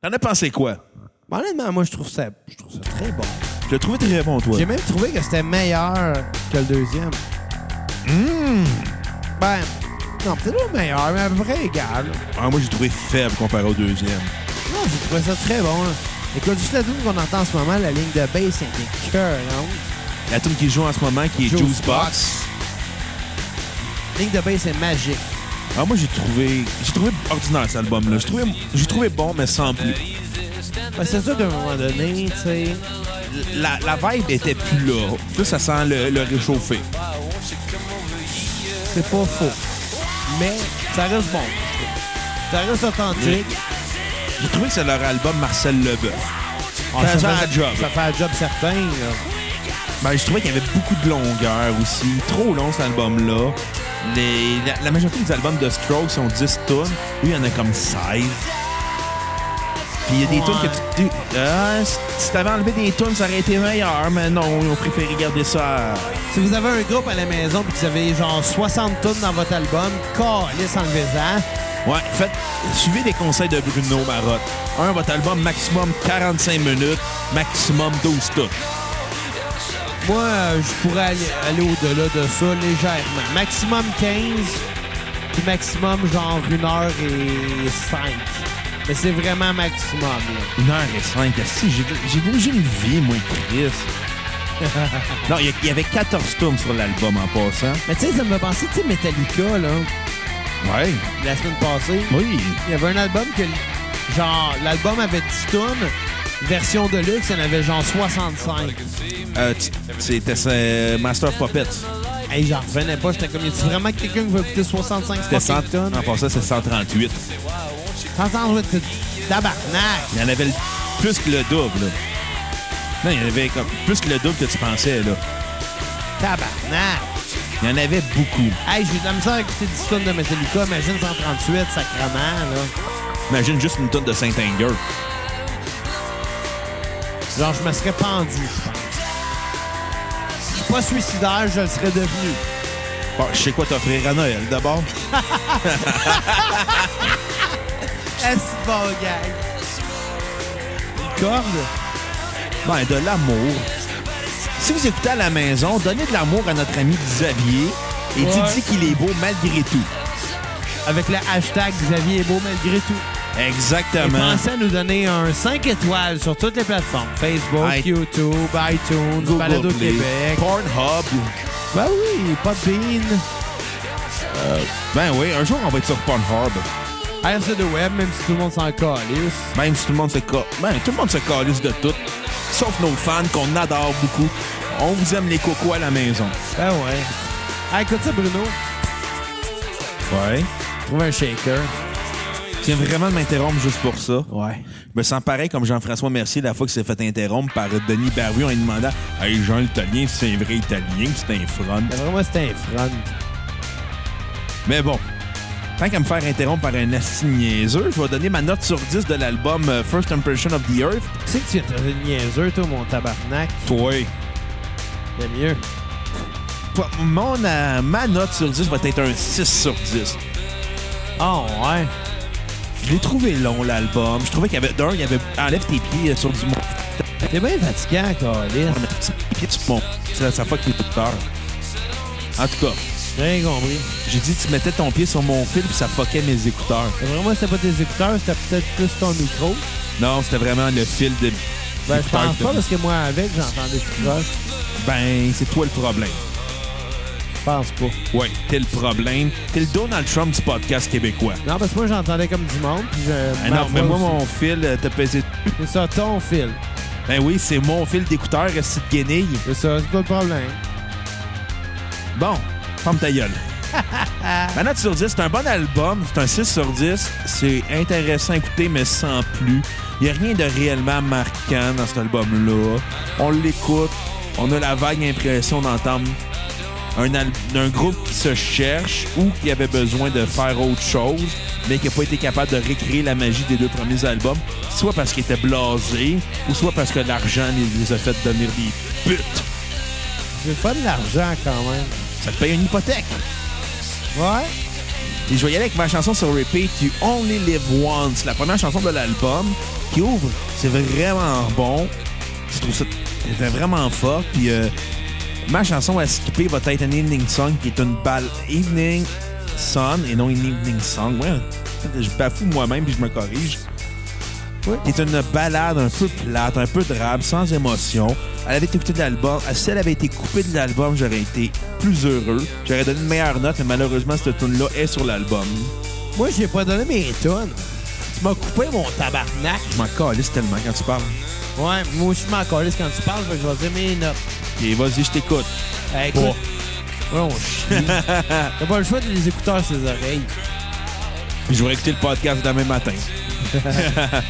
S1: T'en as pensé quoi?
S3: Mais honnêtement, moi, je trouve ça, je trouve ça très bon.
S1: Je l'ai trouvé très bon, toi.
S3: J'ai même trouvé que c'était meilleur que le deuxième. Ben, non, peut-être pas meilleur, mais à peu près égal.
S1: Ah, moi, j'ai trouvé faible comparé au deuxième.
S3: Non, j'ai trouvé ça très bon. là. Écoute, juste la tune qu'on entend en ce moment, la ligne de bass, elle est écœurante.
S1: La tune qui joue en ce moment, qui est
S3: Juice
S1: Juice Box.
S3: Box. La ligne de bass est magique.
S1: Ah, moi, j'ai trouvé, j'ai trouvé ordinaire cet album-là. J'ai trouvé, j'ai trouvé bon, mais sans plus.
S3: Ben, c'est sûr qu'à un moment donné, tu sais,
S1: La, la vibe était plus là. Là, ça sent le, le réchauffer.
S3: c'est pas faux. Mais ça reste bon. Ça reste authentique.
S1: J'ai trouvé que c'est leur album Marcel Leboeuf.
S3: Ah,
S1: ça fait
S3: fait-
S1: un job.
S3: Ça fait un job certain, là.
S1: Ben, je trouvais qu'il y avait beaucoup de longueur aussi. Trop long, cet album-là. Les- la, la majorité des albums de Strokes sont 10 tunes. Lui, il y en a comme 16. Puis il y a des
S3: Ouais.
S1: tunes que tu... tu- Ah, si- si t'avais enlevé des tunes, ça aurait été meilleur. Mais non, ils ont préféré garder ça... à-
S3: Si vous avez un groupe à la maison et que vous avez genre 60 tonnes dans votre album, calisse enlevez-en.
S1: Ouais, faites... Suivez les conseils de Bruno Marotte. Un, votre album, maximum 45 minutes, maximum 12 tunes.
S3: Moi, euh, je pourrais aller, aller au-delà de ça légèrement. Maximum 15, puis maximum genre 1 heure et 5. Mais c'est vraiment maximum. là.
S1: Une heure et cinq. Si, j'ai j'ai déjà une vie, moi, Chris. non, il y a- il y, avait 14 tours sur l'album en passant.
S3: Mais tu sais, ça me fait penser, tu sais, Metallica, là,
S1: Ouais.
S3: la semaine passée,
S1: Oui.
S3: il y avait un album que, genre, l'album avait 10 tonnes, version de luxe, il y en avait genre 65.
S1: Euh, tu- C'était euh, Master of Puppets.
S3: Hey, j'en revenais pas, j'étais comme, y a-tu vraiment quelqu'un qui veut écouter 65
S1: C'était
S3: fucking
S1: 100
S3: tonnes?
S1: En passant, c'est 138.
S3: T'entends, ouais, c'est tabarnak!
S1: Il y en avait le- plus que le double. là. Non, il y en avait comme plus que le double que tu pensais. là.
S3: Tabarnak!
S1: Il y en avait beaucoup.
S3: Hey, j'ai eu de la misère à écouter 10 tonnes de Metallica. Imagine 138, sacrement, là.
S1: Imagine juste une tonne de Saint-Anger.
S3: Genre, je me serais pendu, je pense. Si je suis pas suicidaire, je le serais devenu.
S1: Bon, je sais quoi t'offrir à Noël d'abord.
S3: Est-ce que bon, gars? Corde?
S1: Ben, de l'amour. Si vous écoutez à la maison, donnez de l'amour à notre ami Xavier et
S3: Ouais.
S1: dites-y qu'il est beau malgré tout.
S3: Avec le hashtag Xavier est beau malgré tout. Et
S1: Exactement.
S3: pensez à nous donner un 5 étoiles sur toutes les plateformes. Facebook,
S1: I-
S3: YouTube, iTunes,
S1: Google
S3: Balado
S1: Play,
S3: Québec.
S1: Pornhub.
S3: Ben oui, Podbean,
S1: Ben oui, un jour, on va être sur Pornhub.
S3: RC2 Web, même si tout le monde s'en calisse.
S1: Même si tout le monde se ca- ben, tout le monde se calisse de tout. Sauf nos fans qu'on adore beaucoup. On vous aime les cocos à la maison.
S3: Ben ouais. Hey, écoute ça, Bruno.
S1: Ouais.
S3: Trouve un shaker.
S1: Tu viens vraiment de m'interrompre juste pour ça.
S3: Ouais.
S1: Je me sens pareil comme Jean-François Mercier la fois qu'il s'est fait interrompre par Denis Barru en lui demandant Hey, Jean l'Italien, c'est un vrai Italien, c'est un front.
S3: D'après moi, c'était un front.
S1: Mais bon, tant qu'à me faire interrompre par un asti niaiseux, je vais donner ma note sur 10 de l'album euh, First Impression of the Earth.
S3: Tu sais que tu es un niaiseux, toi, mon tabarnak.
S1: Toi.
S3: C'est mieux.
S1: Mon, euh, ma note sur 10 va être un 6 sur 10.
S3: Oh, ouais.
S1: Je l'ai trouvé long, l'album. Je trouvais qu'il y avait... D'un, il y avait... Enlève tes pieds euh, sur du monde.
S3: T'es bien fatigant, Calis.
S1: Tes pieds sur mon... C'est la fois que les écouteurs. En tout cas,
S3: J'ai rien compris.
S1: j'ai dit tu mettais ton pied sur mon fil puis ça fuckait mes écouteurs.
S3: D'après moi, c'était pas tes écouteurs, c'était peut-être plus ton micro.
S1: Non, c'était vraiment le fil de...
S3: Ben, je
S1: d'écouteurs
S3: pense
S1: de-
S3: pas, parce que moi, avec, j'entendais tout croche.
S1: Ben, c'est toi le problème.
S3: Je pense pas.
S1: Ouais, t'es le problème. T'es le Donald Trump du podcast québécois.
S3: Non, parce que moi, j'entendais comme du monde. Puis je,
S1: Ah
S3: ma
S1: non, mais moi,
S3: voix Ben, aussi.
S1: mon fil, euh, t'as pesé.
S3: C'est ça, ton fil.
S1: Ben oui, c'est mon fil d'écouteur, reste de guenille.
S3: C'est ça, c'est pas le problème.
S1: Bon, ferme ta gueule. Ma note sur 10, c'est un bon album, c'est un 6 sur 10. C'est intéressant à écouter, mais sans plus. Il n'y a rien de réellement marquant dans cet album-là. On l'écoute, on a la vague impression d'entendre un, al- d'un groupe qui se cherche ou qui avait besoin de faire autre chose, mais qui n'a pas été capable de recréer la magie des deux premiers albums, soit parce qu'il était blasé, ou soit parce que l'argent les les a fait devenir des putes.
S3: J'ai pas de l'argent quand même.
S1: Ça te paye une hypothèque.
S3: Ouais?
S1: Et je vais y aller avec ma chanson sur repeat, qui est Only Live Once, la première chanson de l'album, qui ouvre. C'est vraiment bon. Je trouve ça c'était vraiment fort. Puis euh, ma chanson à skipper va être une Evening Song, qui est une balle Evening Sun et non une Evening Song. Ouais, je bafoue moi-même puis je me corrige.
S3: Oui.
S1: Qui est une balade un peu plate, un peu drabe, sans émotion. Elle avait été écoutée de l'album. Si elle avait été coupée de l'album, j'aurais été plus heureux. J'aurais donné une meilleure note, mais malheureusement, cette tune-là est sur l'album.
S3: Moi, j'ai pas donné mes tonnes. Tu m'as coupé mon tabarnak.
S1: Je m'en calisse tellement quand tu parles.
S3: Ouais, moi aussi, je m'en calisse quand tu parles, fait que je vais dire mes notes.
S1: Et vas-y, je t'écoute.
S3: Hey,
S1: Bon.
S3: écoute, ouais, on chie. T'as pas le choix de les écouteurs ses oreilles.
S1: Puis je vais écouter le podcast demain matin.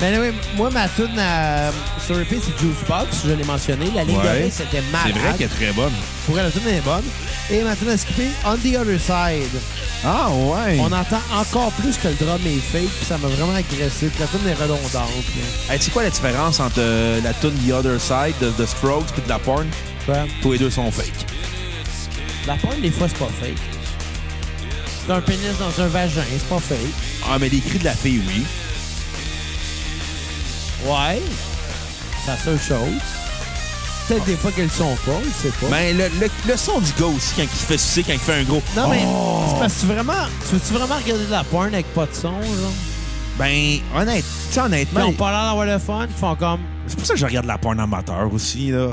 S3: Ben oui, moi, ma tune à- sur repeat, c'est Juicebox, je l'ai mentionné. La ligne
S1: Ouais.
S3: dorée, c'était
S1: C'est
S3: malade.
S1: vrai qu'elle est très bonne.
S3: Pour elle, la tune est bonne. Et ma tune à skipper, On the Other Side.
S1: Ah ouais!
S3: On entend encore plus que le drum est fake, puis ça m'a vraiment agressé. Puis la tune est redondante. là.
S1: Hey, tu sais quoi la différence entre euh, la tune The Other Side de, de Strokes et de la porn?
S3: Ouais.
S1: Tous les deux sont fake.
S3: La pointe, des fois, c'est pas fake. C'est un pénis dans un vagin, c'est pas fake.
S1: Ah, mais les cris de la fille, oui.
S3: Oh. Ouais. C'est la seule chose.
S1: Ah.
S3: Peut-être des fois qu'elles le sont pas, je sais pas.
S1: Mais Ben, le, le, le son du gars aussi, quand il se fait sucer, quand il fait un gros...
S3: non, mais
S1: Oh!
S3: c'est parce que tu vraiment, tu veux-tu vraiment regarder de la porn avec pas de son, genre?
S1: Ben, honnête, tu sais,
S3: Ils
S1: honnêtement...
S3: ont pas l'air d'avoir le fun, ils font comme...
S1: C'est pour ça que je regarde la porn amateur aussi, là.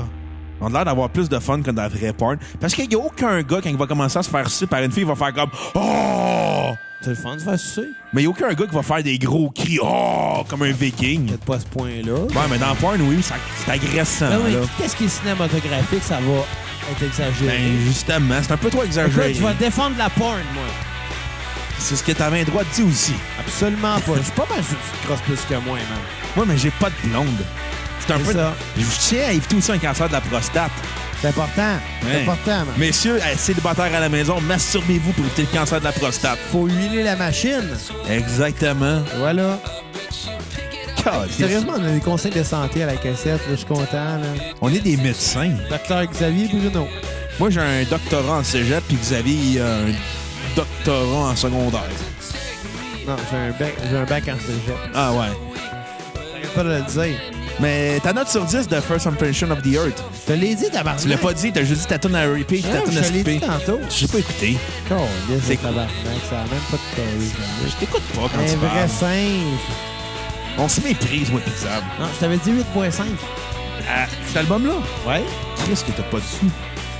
S1: On a l'air d'avoir plus de fun que dans la vraie porn. Parce qu'il n'y a aucun gars, quand il va commencer à se faire sucer par une fille, il va faire comme « Oh!
S3: C'est le fun de faire sucer. »
S1: Mais il n'y a aucun gars qui va faire des gros cris « Oh! » comme un viking.
S3: Peut-être pas à ce point-là.
S1: Ouais, mais dans la porn, oui, ça- c'est agressant,
S3: Ben oui,
S1: là.
S3: qu'est-ce qui est cinématographique, ça va être exagéré.
S1: Ben, justement, c'est un peu trop
S3: Écoute,
S1: exagéré.
S3: je vais défendre la porn, moi.
S1: C'est ce que t'avais le droit de dire aussi.
S3: Absolument pas. Je suis pas mal sûr que tu te crosses plus que moi, man.
S1: Ouais, mais j'ai pas de blonde. C'est un
S3: C'est
S1: peu...
S3: ça.
S1: Je tiens à éviter aussi un cancer de la prostate.
S3: C'est important. C'est
S1: Ouais.
S3: important, man.
S1: Messieurs, eh, célibataires à la maison, masturbez-vous pour éviter le cancer de la prostate.
S3: Faut huiler la machine.
S1: Exactement.
S3: Voilà.
S1: Caliste.
S3: Sérieusement, on a des conseils de santé à la cassette, là, je suis content. Là.
S1: On est des médecins.
S3: Docteur Xavier Bruno.
S1: Moi, j'ai un doctorat en cégep, puis Xavier, il a un doctorat en secondaire.
S3: Non, j'ai un bac, j'ai un bac en cégep.
S1: Ah ouais.
S3: J'arrête pas de le dire.
S1: Mais ta note sur 10 de First Impression of the Earth,
S3: Je te l'ai dit, tabarnak.
S1: tu l'as pas dit, t'as juste dit ta tune à repeat, ta
S3: Hein,
S1: tune à
S3: Je te l'ai dit
S1: skipper.
S3: tantôt.
S1: J'ai pas écouté.
S3: Calisse,
S1: C'est
S3: le tabarnak, ça a même pas de carré.
S1: Je t'écoute pas quand
S3: Un
S1: hein. tu
S3: vrai
S1: parles.
S3: singe.
S1: On se méprise, moi, Xav.
S3: Non, je t'avais dit 8.5.
S1: Ah, cet album-là,
S3: Ouais?
S1: qu'est-ce que t'as pas dit?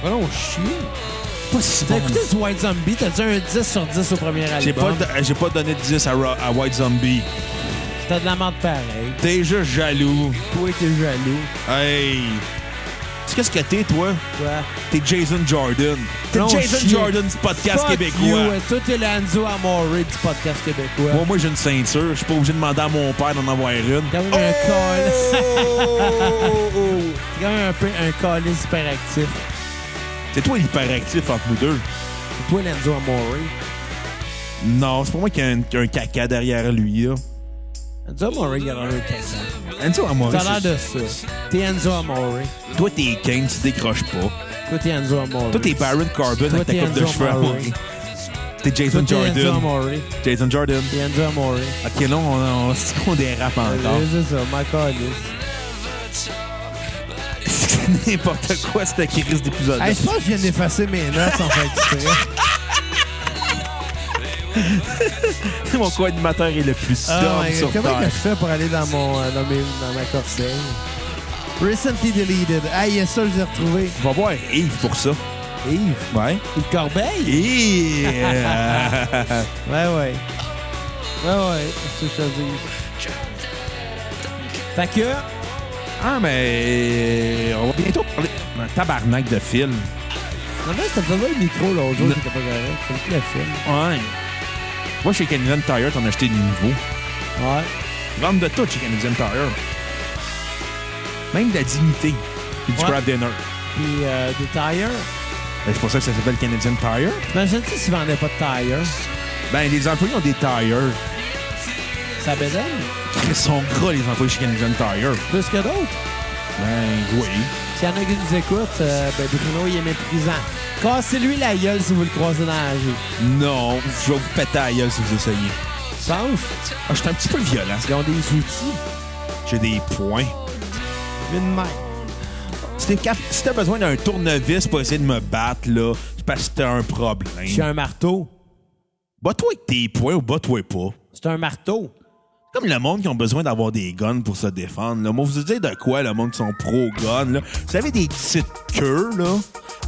S3: Voilà, on chie.
S1: Pas si
S3: T'as
S1: bon.
S3: écouté du White Zombie, t'as dit un 10 sur 10 au premier album.
S1: J'ai pas, euh, j'ai pas donné de 10 à, Ra- à White Zombie.
S3: T'as de la merde pareille.
S1: T'es juste jaloux.
S3: Toi, t'es jaloux.
S1: Hey! Tu sais Qu'est-ce que t'es, toi?
S3: Toi.
S1: T'es Jason Jordan. T'es
S3: Non,
S1: Jason
S3: chier.
S1: Jordan du podcast
S3: Fuck
S1: québécois.
S3: you, Toi, t'es l'Anzo Amore du podcast québécois.
S1: Moi, moi j'ai une ceinture. Je suis pas obligé de demander à mon père d'en avoir une. Oh!
S3: T'es quand même un call. T'es quand même un peu un calliste hyperactif.
S1: C'est toi l'hyperactif entre nous deux.
S3: C'est toi, Lenzo Amore.
S1: Non, c'est pas moi qui ai un, un caca derrière lui. Là.
S3: Enzo Amore, il a l'air d'un caca.
S1: Enzo Amore,
S3: T'as l'air
S1: c'est-
S3: de ça. T'es Enzo Amore.
S1: toi t'es Kane, tu décroches pas.
S3: Toi, t'es Enzo Amore.
S1: Toi t'es Baron Carbon
S3: Toi,
S1: avec ta
S3: t'es
S1: coupe de
S3: Enzo
S1: cheveux à
S3: Amore.
S1: moi. T'es
S3: Toi,
S1: Jason
S3: t'es Enzo
S1: Jordan.
S3: Amore.
S1: Jason Jordan.
S3: T'es Enzo Amore.
S1: Ok, là, on, on, on dérape encore.
S3: C'est ça, ma calliste.
S1: C'est n'importe quoi, cette crise d'épisode.
S3: Hey, je pense que je viens d'effacer mes notes sans faire exprès.
S1: Mon co-animateur est le plus
S3: Ah,
S1: sobre
S3: my
S1: sur
S3: God. Comment que je
S1: Terre.
S3: fais pour aller dans, mon, euh, dans, mes- dans ma corseille? Recently deleted. Ah, yes, ça, je l'ai retrouvé.
S1: Va voir Yves pour ça.
S3: Yves.
S1: Ouais.
S3: Yves Corbeil?
S1: Et...
S3: Ouais, ouais. Ouais, ouais. C'est ce que je te dis. Fait que,
S1: ah, mais on va bientôt parler d'un tabarnak de film.
S3: en fait, t'as pas mal le micro l'autre jour, c'était pas correct. C'est plus le film.
S1: Ouais. Moi, chez Canadian Tire, t'en as acheté du nouveau.
S3: Ouais.
S1: Vendre de tout chez Canadian Tire. Même de la dignité. Puis du
S3: Ouais.
S1: crab dinner.
S3: Puis euh, des tires.
S1: Ben, c'est pour ça que ça s'appelle Canadian Tire.
S3: Imagine-tu s'ils vendaient pas de tires.
S1: Ben, les employés ont des tires.
S3: Ça bédaine?
S1: Ils sont gras, les employés chez Canadian Tire.
S3: Plus que d'autres.
S1: Ben, oui.
S3: S'il y en a qui nous écoutent, euh, ben Bruno, il est méprisant. Cassez-lui la gueule si vous le croisez dans la rue.
S1: Non, je vais vous péter à la gueule si vous essayez.
S3: Tu penses?
S1: Ah, je suis un petit peu violent.
S3: Ils ont des outils.
S1: J'ai des points.
S3: Une main.
S1: Si t'es cap- si t'as besoin d'un tournevis pour essayer de me battre, là, c'est parce que t'as un problème.
S3: J'ai un marteau.
S1: Bat-toi avec tes points ou bat-toi pas.
S3: C'est un marteau.
S1: Comme le monde qui ont besoin d'avoir des guns pour se défendre. Là. Moi, vous dire de quoi, le monde qui sont pro-gun. là? Vous avez des petites queues, là.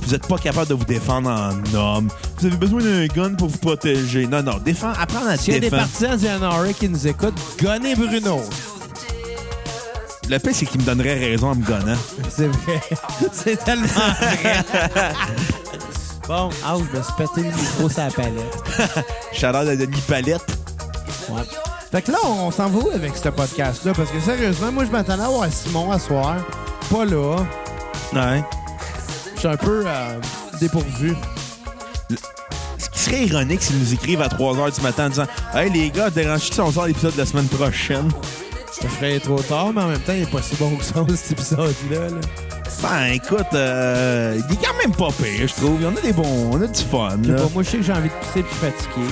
S1: Vous êtes pas capable de vous défendre en homme. Vous avez besoin d'un gun pour vous protéger. Non, non, défendre, apprendre à se
S3: S'il y a des
S1: défendre.
S3: partisans du NRA qui nous écoutent, gonnez Bruno.
S1: Le pire, c'est qu'il me donnerait raison en me gonnant.
S3: C'est vrai. C'est tellement vrai. bon, ah, je me suis pété le micro sur la palette.
S1: Chaleur de Denis Palette.
S3: Ouais. Fait que là, on s'en va où avec ce podcast-là? Parce que sérieusement, moi, je m'attendais à voir Simon à soir. Pas là.
S1: Ouais.
S3: Je suis un peu euh, dépourvu.
S1: Ce qui serait ironique s'ils nous écrivent à 3 h du matin en disant Hey les gars, dérange-tu si on sort l'épisode de la semaine prochaine
S3: Je ferais trop tard, mais en même temps, il est pas si bon que ça, cet épisode-là. là.
S1: Ben écoute, euh, il est quand même pas pire, je trouve. On a des bons, on a du fun.
S3: Je sais
S1: là.
S3: pas, moi, je sais que j'ai envie de pousser puis je suis fatigué.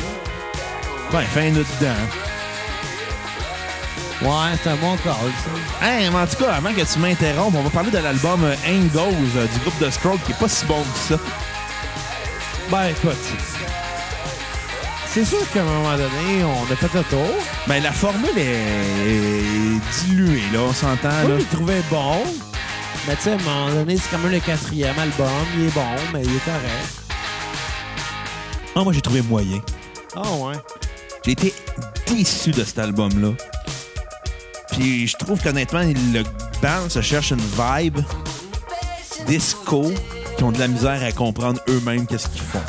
S1: Ben, fin nous dedans.
S3: Ouais, c'est un bon call, ça.
S1: Hey, mais en tout cas, avant que tu m'interrompes, on va parler de l'album euh, Ain't Goes euh, du groupe de Scroll qui est pas si bon que ça.
S3: Ben, écoute. C'est sûr qu'à un moment donné, on a fait le tour.
S1: Ben la formule est, est diluée, là, on s'entend.
S3: Moi,
S1: là.
S3: je le trouvais bon. Mais tu sais, à un moment donné, c'est quand même le quatrième album. Il est bon, mais il est correct.
S1: Ah, moi j'ai trouvé moyen.
S3: Ah ouais.
S1: J'ai été déçu de cet album-là. Puis je trouve qu'honnêtement, le band se cherche une vibe disco qui ont de la misère à comprendre eux-mêmes qu'est-ce qu'ils font.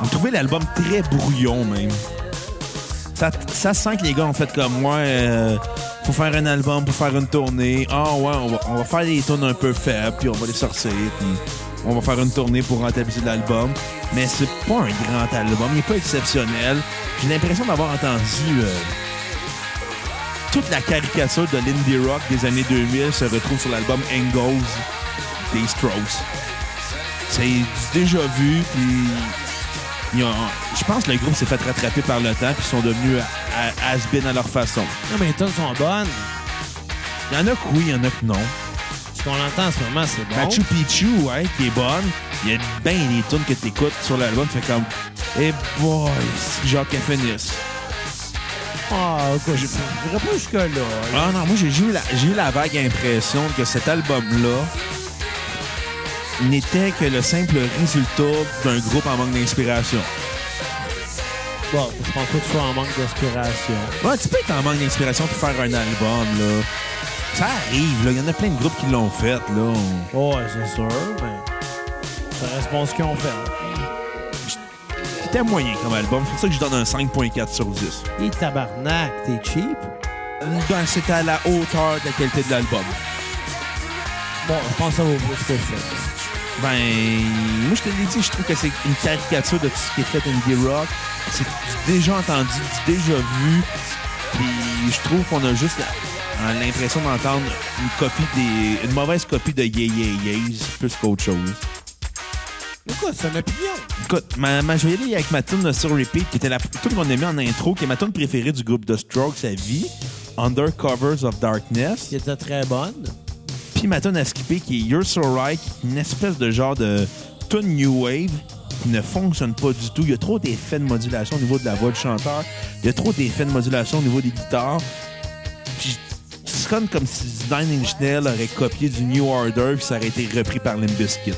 S1: J'ai trouvé l'album très brouillon même. Ça, ça sent que les gars ont fait comme moi. faut faire un album, pour faire une tournée. Ah ouais, on va, on va faire des tunes un peu faibles, puis on va les sortir, puis on va faire une tournée pour rentabiliser l'album. Mais c'est pas un grand album, il n'est pas exceptionnel. J'ai l'impression d'avoir entendu euh, toute la caricature de l'indie rock des années 2000 se retrouve sur l'album Angles des Strokes. C'est du déjà vu, puis ils ont- je pense que le groupe s'est fait rattraper par le temps, puis ils sont devenus à- à- has-been à leur façon.
S3: Non, mais les tunes sont bonnes.
S1: Il y en a que oui, il y en a que non.
S3: Ce qu'on entend en ce moment, c'est bon.
S1: Machu Picchu, ouais, qui est bonne. Il y a bien des tunes que t'écoutes sur l'album, fait comme, hey boy, c'est genre qu'elle finisse.
S3: Ah, quoi, je je dirais pas jusque-là. là.
S1: Ah non, moi j'ai j'ai eu, la- j'ai eu la vague impression que cet album-là n'était que le simple résultat d'un groupe en manque d'inspiration.
S3: Bon, je pense pas que tu sois en manque d'inspiration.
S1: Ouais, tu peux être en manque d'inspiration pour faire un album, là. Ça arrive, là. Il y en a plein de groupes qui l'ont fait, là.
S3: Oh, ouais, c'est sûr, mais ça répond à ce qu'ils ont fait.
S1: C'était moyen comme album. C'est pour ça que je donne un 5.4 sur 10.
S3: Et tabarnak, t'es cheap.
S1: Ben, c'était à la hauteur de la qualité de l'album.
S3: Bon, je pense que ça vaut plus que ça.
S1: Ben, moi, je te l'ai dit, je trouve que c'est une caricature de tout ce qui est fait indie rock. C'est du déjà entendu, du déjà vu. Puis je trouve qu'on a juste la- l'impression d'entendre une copie des... une mauvaise copie de Yeah Yeah Yeahs plus qu'autre chose.
S3: Écoute, c'est une opinion.
S1: Écoute, ma, ma je vais y aller avec ma tune sur repeat, qui était la tune qu'on a mis en intro, qui est ma tune préférée du groupe The Strokes à vie, Under Covers of Darkness.
S3: Qui était très bonne.
S1: Puis ma tune à skipper, qui est You're So Right, qui est une espèce de genre de tune new wave qui ne fonctionne pas du tout. Il y a trop d'effets de modulation au niveau de la voix du chanteur. Il y a trop d'effets de modulation au niveau des guitares. Puis c'est comme, comme si Nine Inch Nails aurait copié du New Order puis ça aurait été repris par Limp Bizkit.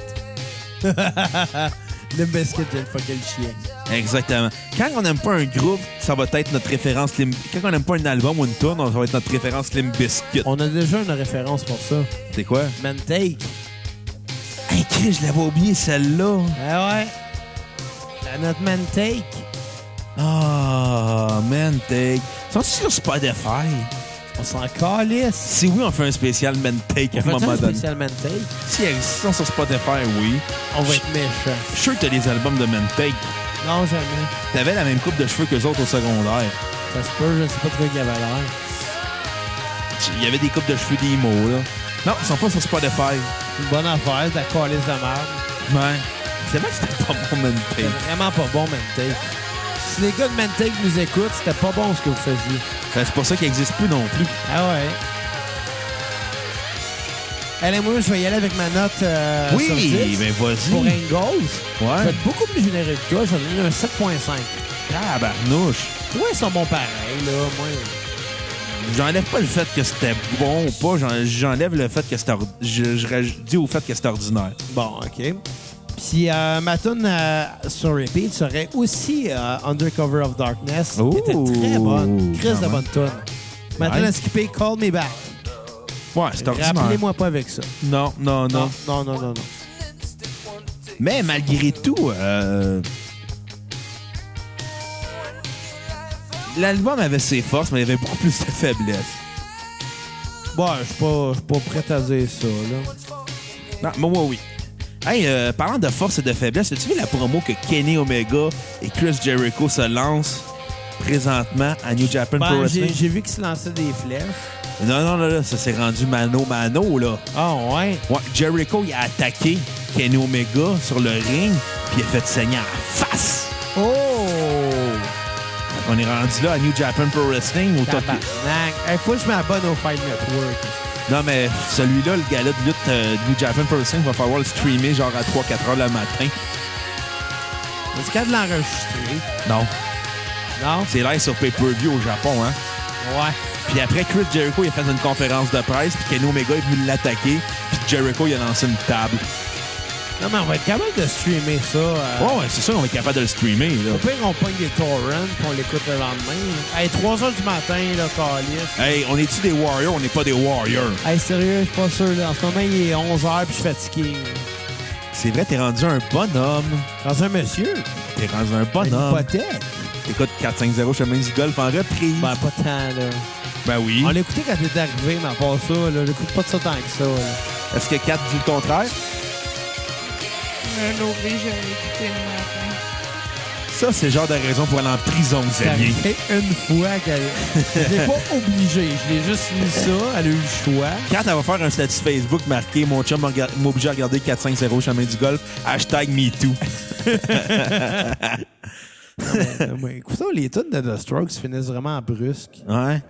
S3: le biscuit, j'ai le fucké le chien.
S1: Exactement. Quand on n'aime pas un groupe, ça va être notre référence. Lim- Quand on n'aime pas un album ou une tune, ça va être notre référence Limp Biscuit.
S3: On a déjà une référence pour ça.
S1: C'est quoi?
S3: Mantake.
S1: Hey, Chris, je l'avais oublié celle-là.
S3: Ah ouais. La note Mantake.
S1: Ah, man, take. Sont-ils sur Spotify?
S3: On s'en calisse.
S1: Si oui, on fait un spécial man take à un
S3: On fait
S1: moment
S3: un
S1: donné.
S3: spécial Mantake.
S1: Si elles sont sur Spotify, oui.
S3: On va être méchants.
S1: Je suis sûr que t'as des albums de man take.
S3: Non, jamais.
S1: T'avais la même coupe de cheveux que les autres au secondaire.
S3: Ça se peut, je sais pas trop qu'il y avait l'air.
S1: Il y avait des coupes de cheveux d'Imo, là. Non, ils sont pas sur Spotify.
S3: Une bonne affaire, de la calisse de merde.
S1: Ouais. C'est vrai que c'était pas mon man
S3: C'est
S1: take.
S3: vraiment pas bon, Mantake. Si les gars de Mantake nous écoutent, c'était pas bon ce que vous faisiez.
S1: Ben, C'est pour ça qu'il existe plus non plus.
S3: Ah ouais. Allez, moi, je vais y aller avec ma note euh, sur 10.
S1: oui, mais
S3: Pour
S1: vas-y.
S3: Angles, je vais
S1: Ouais.
S3: être beaucoup plus généreux que toi. Je vais donner un 7.5.
S1: Tabarnouche.
S3: Ouais, ils sont bons pareil, là. Moi,
S1: J'enlève pas le fait que c'était bon ou pas. j'en- J'enlève le fait que c'était... or- Je, je raj- dis au fait que c'était ordinaire.
S3: bon, OK. Puis euh, ma tune euh, sur repeat serait aussi euh, Undercover of Darkness, qui était
S1: Oh,
S3: très bonne. Chris
S1: quand
S3: de
S1: même.
S3: bonne tune. Ma tune
S1: Nice.
S3: à skipper, Call Me Back.
S1: Ouais, c'est ordinaire.
S3: Rappelez-moi pas avec ça.
S1: Non, non, non.
S3: Non, non, non, non. non.
S1: Mais malgré tout, euh, l'album avait ses forces, mais il avait beaucoup plus de faiblesses.
S3: Bon, je suis pas, je suis pas prêt à dire ça, là.
S1: Non, moi, moi, oui. Hey, euh, parlant de force et de faiblesse, as-tu vu la promo que Kenny Omega et Chris Jericho se lancent présentement à New Japan Pro
S3: Ben, j'ai
S1: Wrestling?
S3: j'ai vu qu'ils se lançaient des flèches.
S1: Non, non, non, là, ça s'est rendu mano-mano, là.
S3: Ah ouais?
S1: Ouais, Jericho, il a attaqué Kenny Omega sur le ring, puis il a fait saigner en face.
S3: Oh!
S1: On est rendu là à New Japan Pro Wrestling. Au top...
S3: Tabarnak! Hey, faut que je m'abonne au Fight Network.
S1: Non, mais celui-là, le gala de lutte euh, de New Japan Pro Wrestling, va falloir le streamer genre à 3-4 heures le matin.
S3: Est-ce qu'il y a de l'enregistrer?
S1: Non,
S3: Non?
S1: c'est live sur pay-per-view au Japon, hein.
S3: Ouais.
S1: Puis après, Chris Jericho, il a fait une conférence de presse, puis Kenny Omega est venu l'attaquer, puis Jericho, il a lancé une table.
S3: Non, mais on va être capable de streamer ça. euh.
S1: Ouais, ouais, c'est sûr qu'on est capable de le streamer, là.
S3: Au pire, on pogne des torrents puis on l'écoute le lendemain. Hey, 3 heures du matin, là, Calis.
S1: Hey, on est-tu des Warriors? On n'est pas des Warriors.
S3: Hey, sérieux, je suis pas sûr, là. En ce moment, il est 11 heures puis je suis fatigué.
S1: C'est vrai, t'es rendu un bonhomme.
S3: Dans un monsieur?
S1: T'es rendu un
S3: Une
S1: bonhomme.
S3: hypothèque?
S1: T'écoutes 4-5-0 chemin du golf en reprise.
S3: Ben, pas tant, là.
S1: Ben oui.
S3: On l'a écouté quand t'es arrivé, mais à part ça, là, j'écoute pas de ça tant que ça. Là.
S1: Est-ce que 4 dit le contraire?
S4: Je l'aurais, je l'ai écouté le matin.
S1: Ça, c'est le genre de raison pour aller en prison,
S3: T'es
S1: Xavier.
S3: arrivé une fois qu'elle. Je l'ai pas obligé. Je l'ai juste mis ça. Elle a eu le choix.
S1: Quand elle va faire un statut Facebook marqué Mon chum m'a rega- m'a obligé à regarder 4-5-0 chemin du golf, hashtag MeToo.
S3: Euh, mais écoutons, les tunes de The Strokes finissent vraiment en brusque.
S1: Ouais.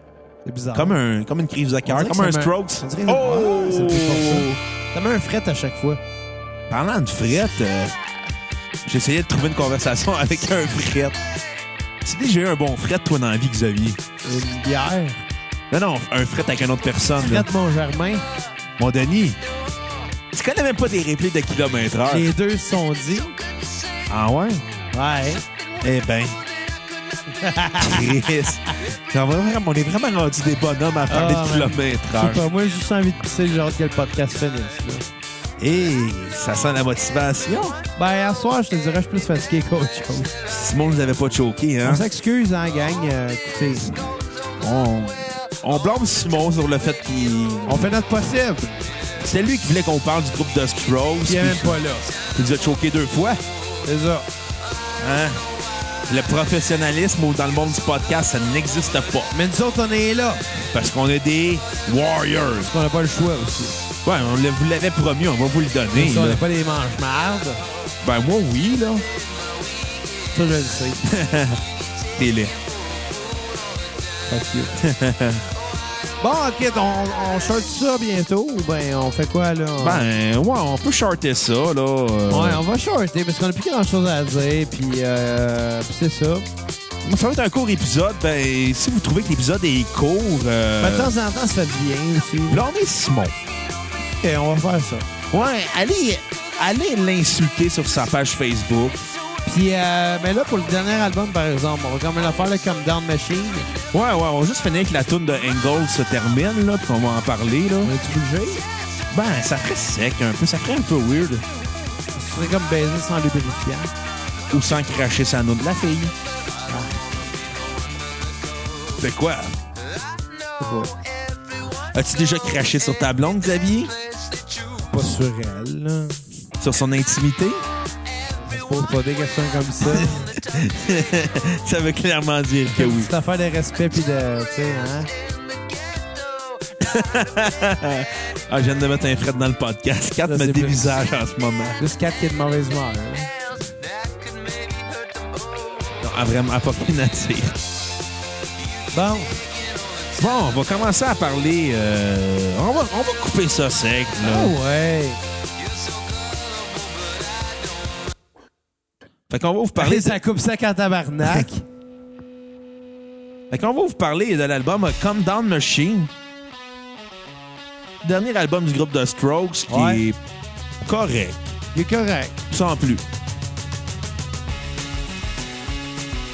S3: C'est bizarre.
S1: Comme, un, comme une crise de
S3: On
S1: cœur,
S3: dirait
S1: comme
S3: que
S1: un
S3: ça me-
S1: Strokes.
S3: on dirait que-
S1: oh!
S3: Ouais, c'est plus pour Ça met un fret à chaque fois.
S1: Parlant de fret, euh, j'essayais de trouver une conversation avec un fret. Tu dis, j'ai eu un bon fret, toi, dans la vie, Xavier.
S3: Une bière.
S1: Non, non, un fret avec une autre personne. là.
S3: Fret, mon Germain.
S1: Mon Denis, tu connais même pas tes répliques de kilomètre heure.
S3: Les deux se sont dit.
S1: Ah ouais?
S3: Ouais.
S1: Eh ben. Chris. Non, vraiment, on est vraiment rendu des bonhommes à parler de
S3: Ah, man.
S1: kilomètre
S3: Je sais
S1: heure.
S3: pas, moi, j'ai juste envie de pisser. J'ai hâte que le podcast finisse.
S1: Et Eh, ça sent la motivation.
S3: Là. Ben, hier soir, je te dirais, je suis plus fatigué qu'autre chose.
S1: Simon nous avait pas choqué, hein?
S3: On s'excuse, hein, gang. Euh, écoutez,
S1: On, on blâme Simon sur le fait qu'il.
S3: on fait notre possible.
S1: C'est lui qui voulait qu'on parle du groupe de Strokes.
S3: Il est même
S1: puis
S3: pas là.
S1: Il nous a choqué deux fois.
S3: C'est ça.
S1: Hein? Le professionnalisme au- dans le monde du podcast, ça n'existe pas.
S3: Mais nous autres, on est là.
S1: Parce qu'on est des Warriors.
S3: Parce qu'on n'a pas le choix aussi.
S1: Ouais, on le- vous l'avait promis, on va vous le donner.
S3: Parce qu'on
S1: là.
S3: n'a pas les manches mardes.
S1: Ben moi, oui, là.
S3: Ça, je le sais.
S1: T'es laid.
S3: Fuck you. bon, OK, on, on short ça bientôt ou ben on fait quoi, là?
S1: Ben, ouais, on peut shorter ça, là. euh.
S3: Ouais, on va shorter parce qu'on n'a plus grand-chose à dire, puis euh, puis c'est ça.
S1: Ça va être un court épisode. Ben, si vous trouvez que l'épisode est court... euh,
S3: Mais Ben, de temps en temps, ça fait du bien aussi.
S1: blâmez Simon.
S3: OK, on va faire ça.
S1: Ouais, allez, allez l'insulter sur sa page Facebook.
S3: Puis, euh, mais là, pour le dernier album, par exemple, on va quand même le faire, le Come Down Machine.
S1: Ouais, ouais, on va juste finir que la toune de Engel se termine, là, puis on va en parler, là.
S3: On est-tu bougé?
S1: Ben, ça ferait sec un peu, ça ferait un peu weird.
S3: Ce serait comme baiser sans lubrifiant.
S1: Ou sans cracher sa note de la fille. Ah. C'est quoi? As-tu déjà craché sur ta blonde, Xavier?
S3: Pas sur elle, là.
S1: Sur son intimité?
S3: Je pose pas des questions comme ça.
S1: ça veut clairement dire que oui.
S3: C'est affaire de respect puis de. Tu sais, hein?
S1: Ah, je viens de mettre un fret dans le podcast. Kat
S3: Ça,
S1: me
S3: c'est plus-
S1: dévisage en ce moment.
S3: Juste quatre qui est de mauvaise humeur. hein.
S1: Non, à vraiment, à pas rien à dire.
S3: Bon,
S1: Bon, on va commencer à parler. euh, on, va, on va couper ça sec, là.
S3: ah ouais.
S1: Fait qu'on va vous parler.
S3: Parlez
S1: de-
S3: ça coupe ça en tabarnak.
S1: Fait qu'on va vous parler de l'album euh, Come Down Machine. Dernier album du groupe The Strokes qui
S3: Ouais.
S1: est correct,
S3: Il est correct.
S1: sans plus.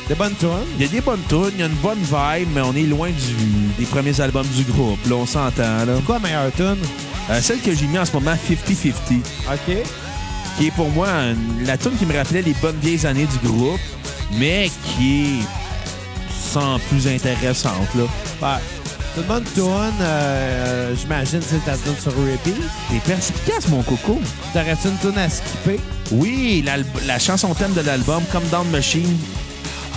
S3: De bonnes tunes.
S1: Il y a des bonnes tunes, il y a une bonne vibe, mais on est loin du, des premiers albums du groupe. Là, on s'entend. Là.
S3: Quoi, meilleure tune?
S1: Euh, celle que j'ai mis en ce moment, 50-50,
S3: OK.
S1: qui est pour moi une- la tune qui me rappelait les bonnes vieilles années du groupe, mais qui est sans plus intéressante. Là.
S3: Ouais. C'est une bonne tune. euh, J'imagine que c'est ta tune sur repeat.
S1: T'es perspicace, mon coco.
S3: T'aurais-tu une tune à skipper?
S1: Oui, l'al- la chanson thème de l'album, Come Down Machine.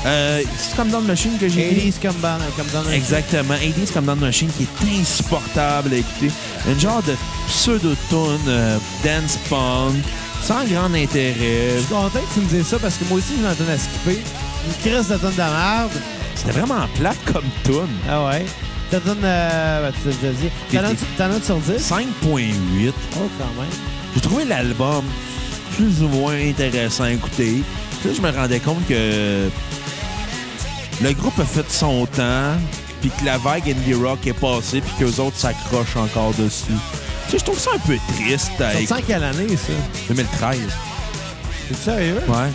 S1: Euh, c'est Come Down Machine que j'ai dit.
S3: 80s comme, band, comme dans le-
S1: Exactement. 80s Come Down Machine qui est insupportable à écouter. Un genre de pseudo-tune, euh, dance punk, sans grand intérêt.
S3: Je suis content que tu me dises ça parce que moi aussi, j'ai une tune à skipper. Une crise de tune de merde.
S1: C'était vraiment plate comme tune.
S3: Ah ouais. Ta tune, euh, ben, tu l'as déjà dit. Ta note- Ta note sur 10?
S1: 5.8.
S3: Oh, quand même.
S1: J'ai trouvé l'album plus ou moins intéressant à écouter. Puis là, je me rendais compte que le groupe a fait son temps, puis que la vague indie rock est passée, puis qu'eux autres s'accrochent encore dessus. Tu sais, je trouve ça un peu triste à
S3: Ça
S1: écouter.
S3: sent quelle année, ça?
S1: 2013.
S3: T'es sérieux?
S1: Ouais.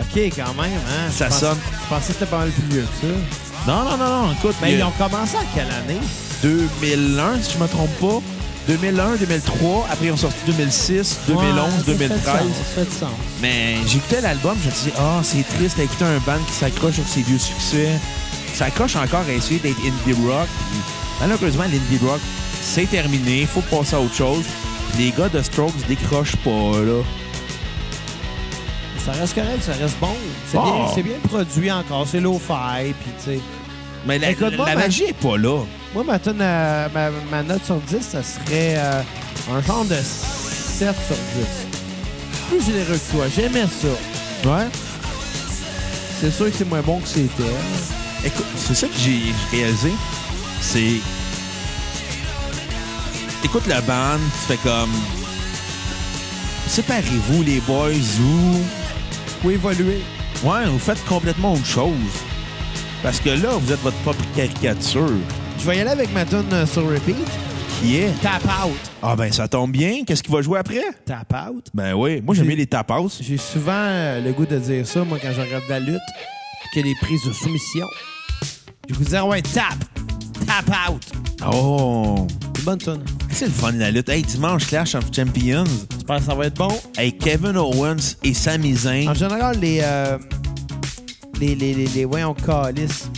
S3: OK, quand même, hein?
S1: Ça
S3: Je pensais-
S1: sonne.
S3: Je pensais que c'était pas mal plus vieux que ça.
S1: Non, non, non, non, écoute,
S3: Mais
S1: il y
S3: Ben, ils
S1: a
S3: ont commencé à quelle année?
S1: 2001, si je me trompe pas. 2001, 2003, après ils ont sorti 2006, 2011,
S3: Ouais, ça fait du
S1: 2013.
S3: sens, Ça fait du sens.
S1: Mais j'écoutais l'album, je me disais, ah, c'est triste d'écouter un band qui s'accroche sur ses vieux succès. S'accroche encore à essayer d'être indie rock. Puis, Malheureusement, l'indie rock, c'est terminé. Faut passer à autre chose. Les gars de Strokes décrochent pas, là.
S3: Ça reste correct, ça reste bon. C'est
S1: Bon.
S3: bien, c'est bien produit encore, c'est low-fi, puis tu sais.
S1: Mais la,
S3: Écoute-moi,
S1: la
S3: mais-
S1: magie est pas là.
S3: Moi, ma, tune, euh, ma, ma note sur 10, ça serait euh, un genre de 7 sur 10. Plus généreux que toi, j'aimais ça.
S1: Ouais.
S3: C'est sûr que c'est moins bon que c'était.
S1: Écoute, c'est ça que j'ai réalisé. C'est. T'écoutes la band, tu fais comme. Séparez-vous, les boys, ou.
S3: Faut évoluer.
S1: Ouais, vous faites complètement autre chose. Parce que là, vous êtes votre propre caricature.
S3: Je vais y aller avec ma tune euh, sur repeat.
S1: Qui est?
S3: Tap out.
S1: Ah ben, ça tombe bien. Qu'est-ce qu'il va jouer après?
S3: Tap out.
S1: Ben oui. Moi, j'aime
S3: J'ai-
S1: bien les tapas.
S3: J'ai souvent euh, le goût de dire ça, moi, quand je regarde la lutte, que les prises de soumission. Je vous dire, ouais, tap, tap out.
S1: Oh!
S3: C'est une bonne tune.
S1: C'est le fun de la lutte. Hey, dimanche, Clash of Champions.
S3: J'espère que ça va être bon.
S1: Hey, Kevin Owens et Sami Zayn.
S3: En général, les. euh, les, les, les, les voyons, calice.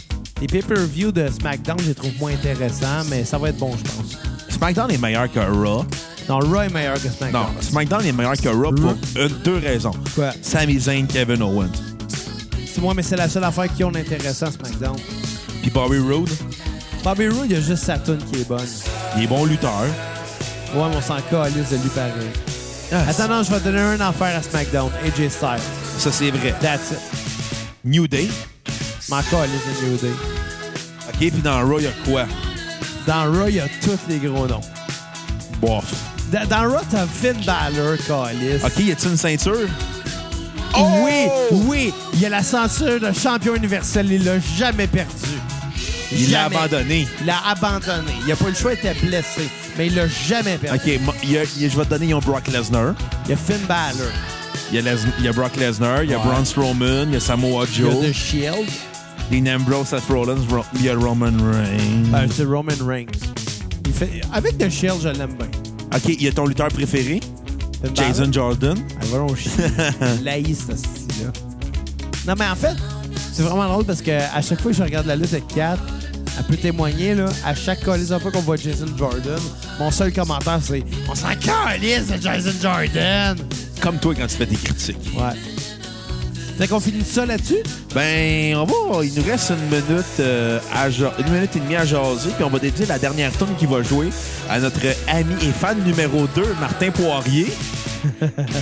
S3: Les pay-per-view de SmackDown, je les trouve moins intéressants, mais ça va être bon, je pense.
S1: SmackDown est meilleur que Raw.
S3: Non, Raw est meilleur que
S1: Non,
S3: SmackDown.
S1: SmackDown est meilleur que Raw pour une- deux raisons.
S3: Quoi?
S1: Sami Zayn, Kevin Owens.
S3: C'est moi, mais c'est la seule affaire qui ont d'intéressant, SmackDown.
S1: Puis Bobby Roode,
S3: Bobby Roode, il y a juste sa tune qui est bonne. Ouais,
S1: il est bon lutteur.
S3: mais on s'en calisse de lui pareil. Ah, Attends, non, je vais donner un enfer à SmackDown. AJ Styles.
S1: Ça, c'est vrai.
S3: That's it.
S1: New Day.
S3: M'en calisse de New Day.
S1: OK, puis dans Raw, il y a quoi?
S3: Dans Raw, il y a tous les gros noms.
S1: Bof.
S3: Dans, dans Raw, t'as Finn Balor, calisse.
S1: OK, Oh! y a-t-il une ceinture?
S3: Oui, oui, il a la ceinture de champion universel. Il l'a jamais perdu.
S1: Il l'a
S3: Jamais.
S1: abandonné.
S3: Il l'a abandonné. Il a pas eu le choix, il était blessé. Mais il l'a jamais perdu.
S1: OK, mo- il y a- il y a- je vais te donner un Brock Lesnar.
S3: Il y a Finn Balor.
S1: Il y a, Les- il y a Brock Lesnar, il y a
S3: Ouais.
S1: Braun Strowman, il y a Samoa
S3: Il y a
S1: Joe,
S3: The Shield.
S1: Dean Ambrose, Seth Rollins, Ro- il y a Roman Reigns.
S3: Ben, c'est Roman Reigns. Il fait... Avec The Shield, je l'aime bien.
S1: OK, il y a ton lutteur préféré,
S3: Finn Balor.
S1: Jason Jordan.
S3: Ah, va donc chier. Laïs, ce style-là. Non, mais en fait, c'est vraiment drôle parce que à chaque fois que je regarde la lutte avec Kat, elle peut témoigner, là, à chaque colise fois qu'on voit Jason Jordan, mon seul commentaire, c'est « On s'en calisse de Jason Jordan!
S1: Comme toi quand tu fais des critiques. »
S3: Ouais. Fait qu'on finit ça là-dessus?
S1: Ben, on va. Il nous reste une minute, euh, à ja- une minute et demie à jaser, puis on va dédier la dernière tune qui va jouer à notre ami et fan numéro 2, Martin Poirier.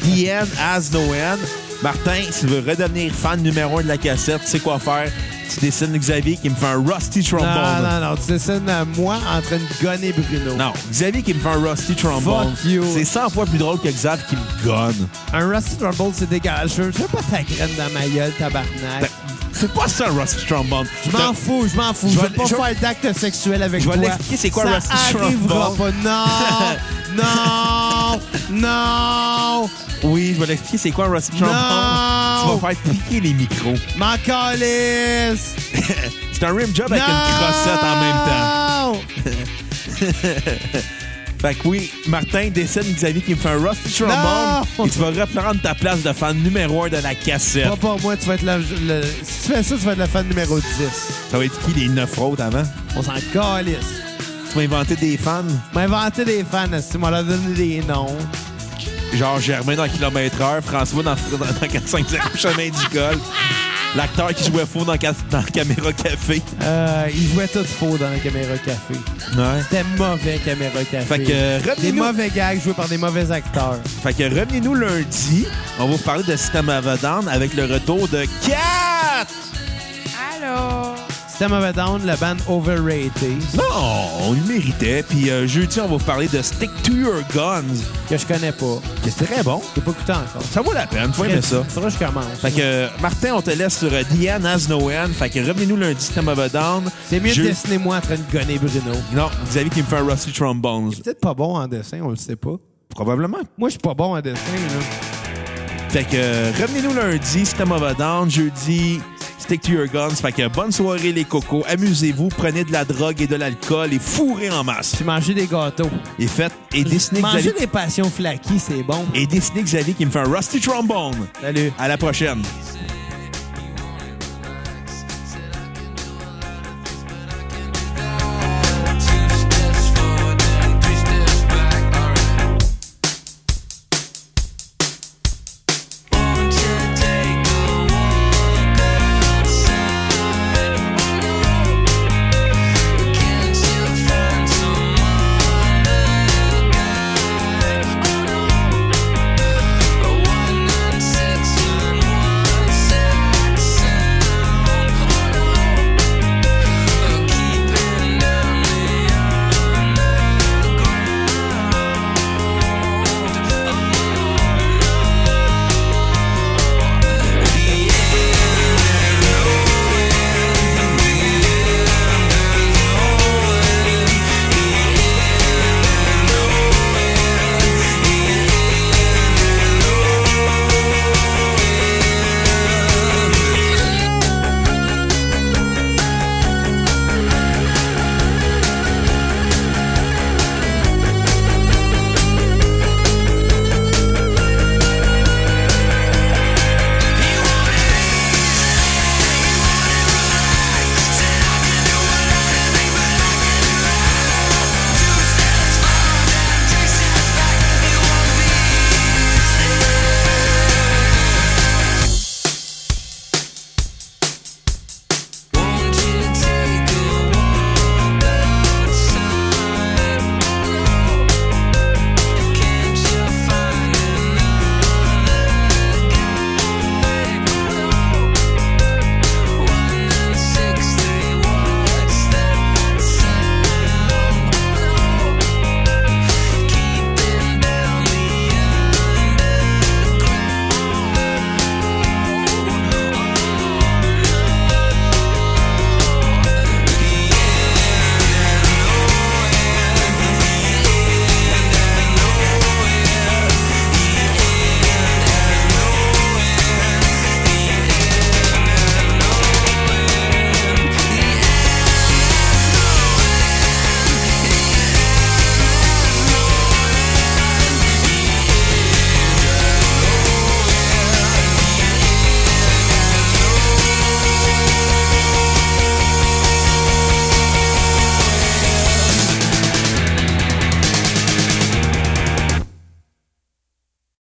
S1: The End Has No End. Martin, si tu veux redevenir fan numéro 1 de la cassette, tu sais quoi faire. Tu dessines Xavier qui me fait un Rusty Trombone.
S3: Non, non, non. Tu dessines euh, moi en train de gonner Bruno.
S1: Non, Xavier qui me fait un Rusty Trombone.
S3: Fuck you.
S1: C'est 100 fois plus drôle que Xav qui me gonne.
S3: Un Rusty Rumble, c'est dégueulasse. Je veux je veux pas ta graine dans ma gueule, tabarnak.
S1: Ben, C'est pas ça, un Rusty Trombone. Ben,
S3: Je m'en fous, je m'en fous. Je
S1: Je vais-
S3: veux pas
S1: je-
S3: faire d'acte sexuel avec
S1: Je
S3: toi.
S1: vais l'expliquer c'est quoi
S3: Ça
S1: Rusty Strong
S3: arrivera
S1: Ball.
S3: pas. Non, non, non.
S1: Oui, je vais l'expliquer c'est quoi un Rusty Trombone.
S3: Non.
S1: Tu vas faire piquer les micros.
S3: M'en calisse.
S1: C'est un rim job
S3: Non.
S1: avec une crossette en même temps.
S3: temps.
S1: Fait que oui, Martin dessine Xavier qui me fait un Rusty
S3: Non.
S1: Trombone et tu vas reprendre ta place de fan numéro 1 de la cassette.
S3: Pas pour moi, tu vas être la, le- Si tu fais ça, tu vas être la fan numéro 10.
S1: Ça va être qui les 9 autres avant?
S3: On s'en calisse.
S1: Tu vas inventer des fans?
S3: M'a inventé des fans, tu m'en as donné des noms.
S1: Genre Germain dans Kilomètre Heure, François dans, dans, dans 450 Chemin du Col, l'acteur qui jouait faux dans, Ca- dans Caméra Café.
S3: Euh, ils jouaient tout faux dans la caméra café.
S1: Ouais.
S3: C'était mauvais caméra café.
S1: Fait que, euh,
S3: des
S1: revenez-nous-
S3: mauvais gags joués par des mauvais acteurs.
S1: fait que revenez-nous lundi. On va vous parler de System of a Down avec le retour de Kat!
S4: Allô?
S3: System of a Down, la band Overrated,
S1: Non, on le méritait. Puis euh, jeudi, on va vous parler de Stick to Your Guns,
S3: que je connais pas.
S1: qui est très bon.
S3: J'ai pas écouté encore.
S1: Ça vaut la peine, tu vas aimer ça.
S3: Faudrait que je commence.
S1: Fait que, euh, Martin, on te laisse sur euh, Diane Has No End. Fait que revenez-nous lundi, System of a Down.
S3: C'est mieux
S1: Je-
S3: de dessiner moi en train de gonner Bruno.
S1: Non, Xavier qui me fait un Rusty Trombones.
S3: Peut-être pas bon en dessin, on le sait pas.
S1: Probablement.
S3: Moi, je suis pas bon en dessin, là.
S1: Fait que, euh, revenez-nous lundi, System of a Down. Jeudi, Stick to Your Guns. Fait que, bonne soirée, les cocos. Amusez-vous, prenez de la drogue et de l'alcool et fourrez en masse.
S3: Puis manger des gâteaux.
S1: Et faites, et dessinez
S3: Manger
S1: Xavier.
S3: des passions flaquies, c'est bon.
S1: Et dessinez Xavier qui me fait un Rusty Trombone.
S3: Salut.
S1: À la prochaine.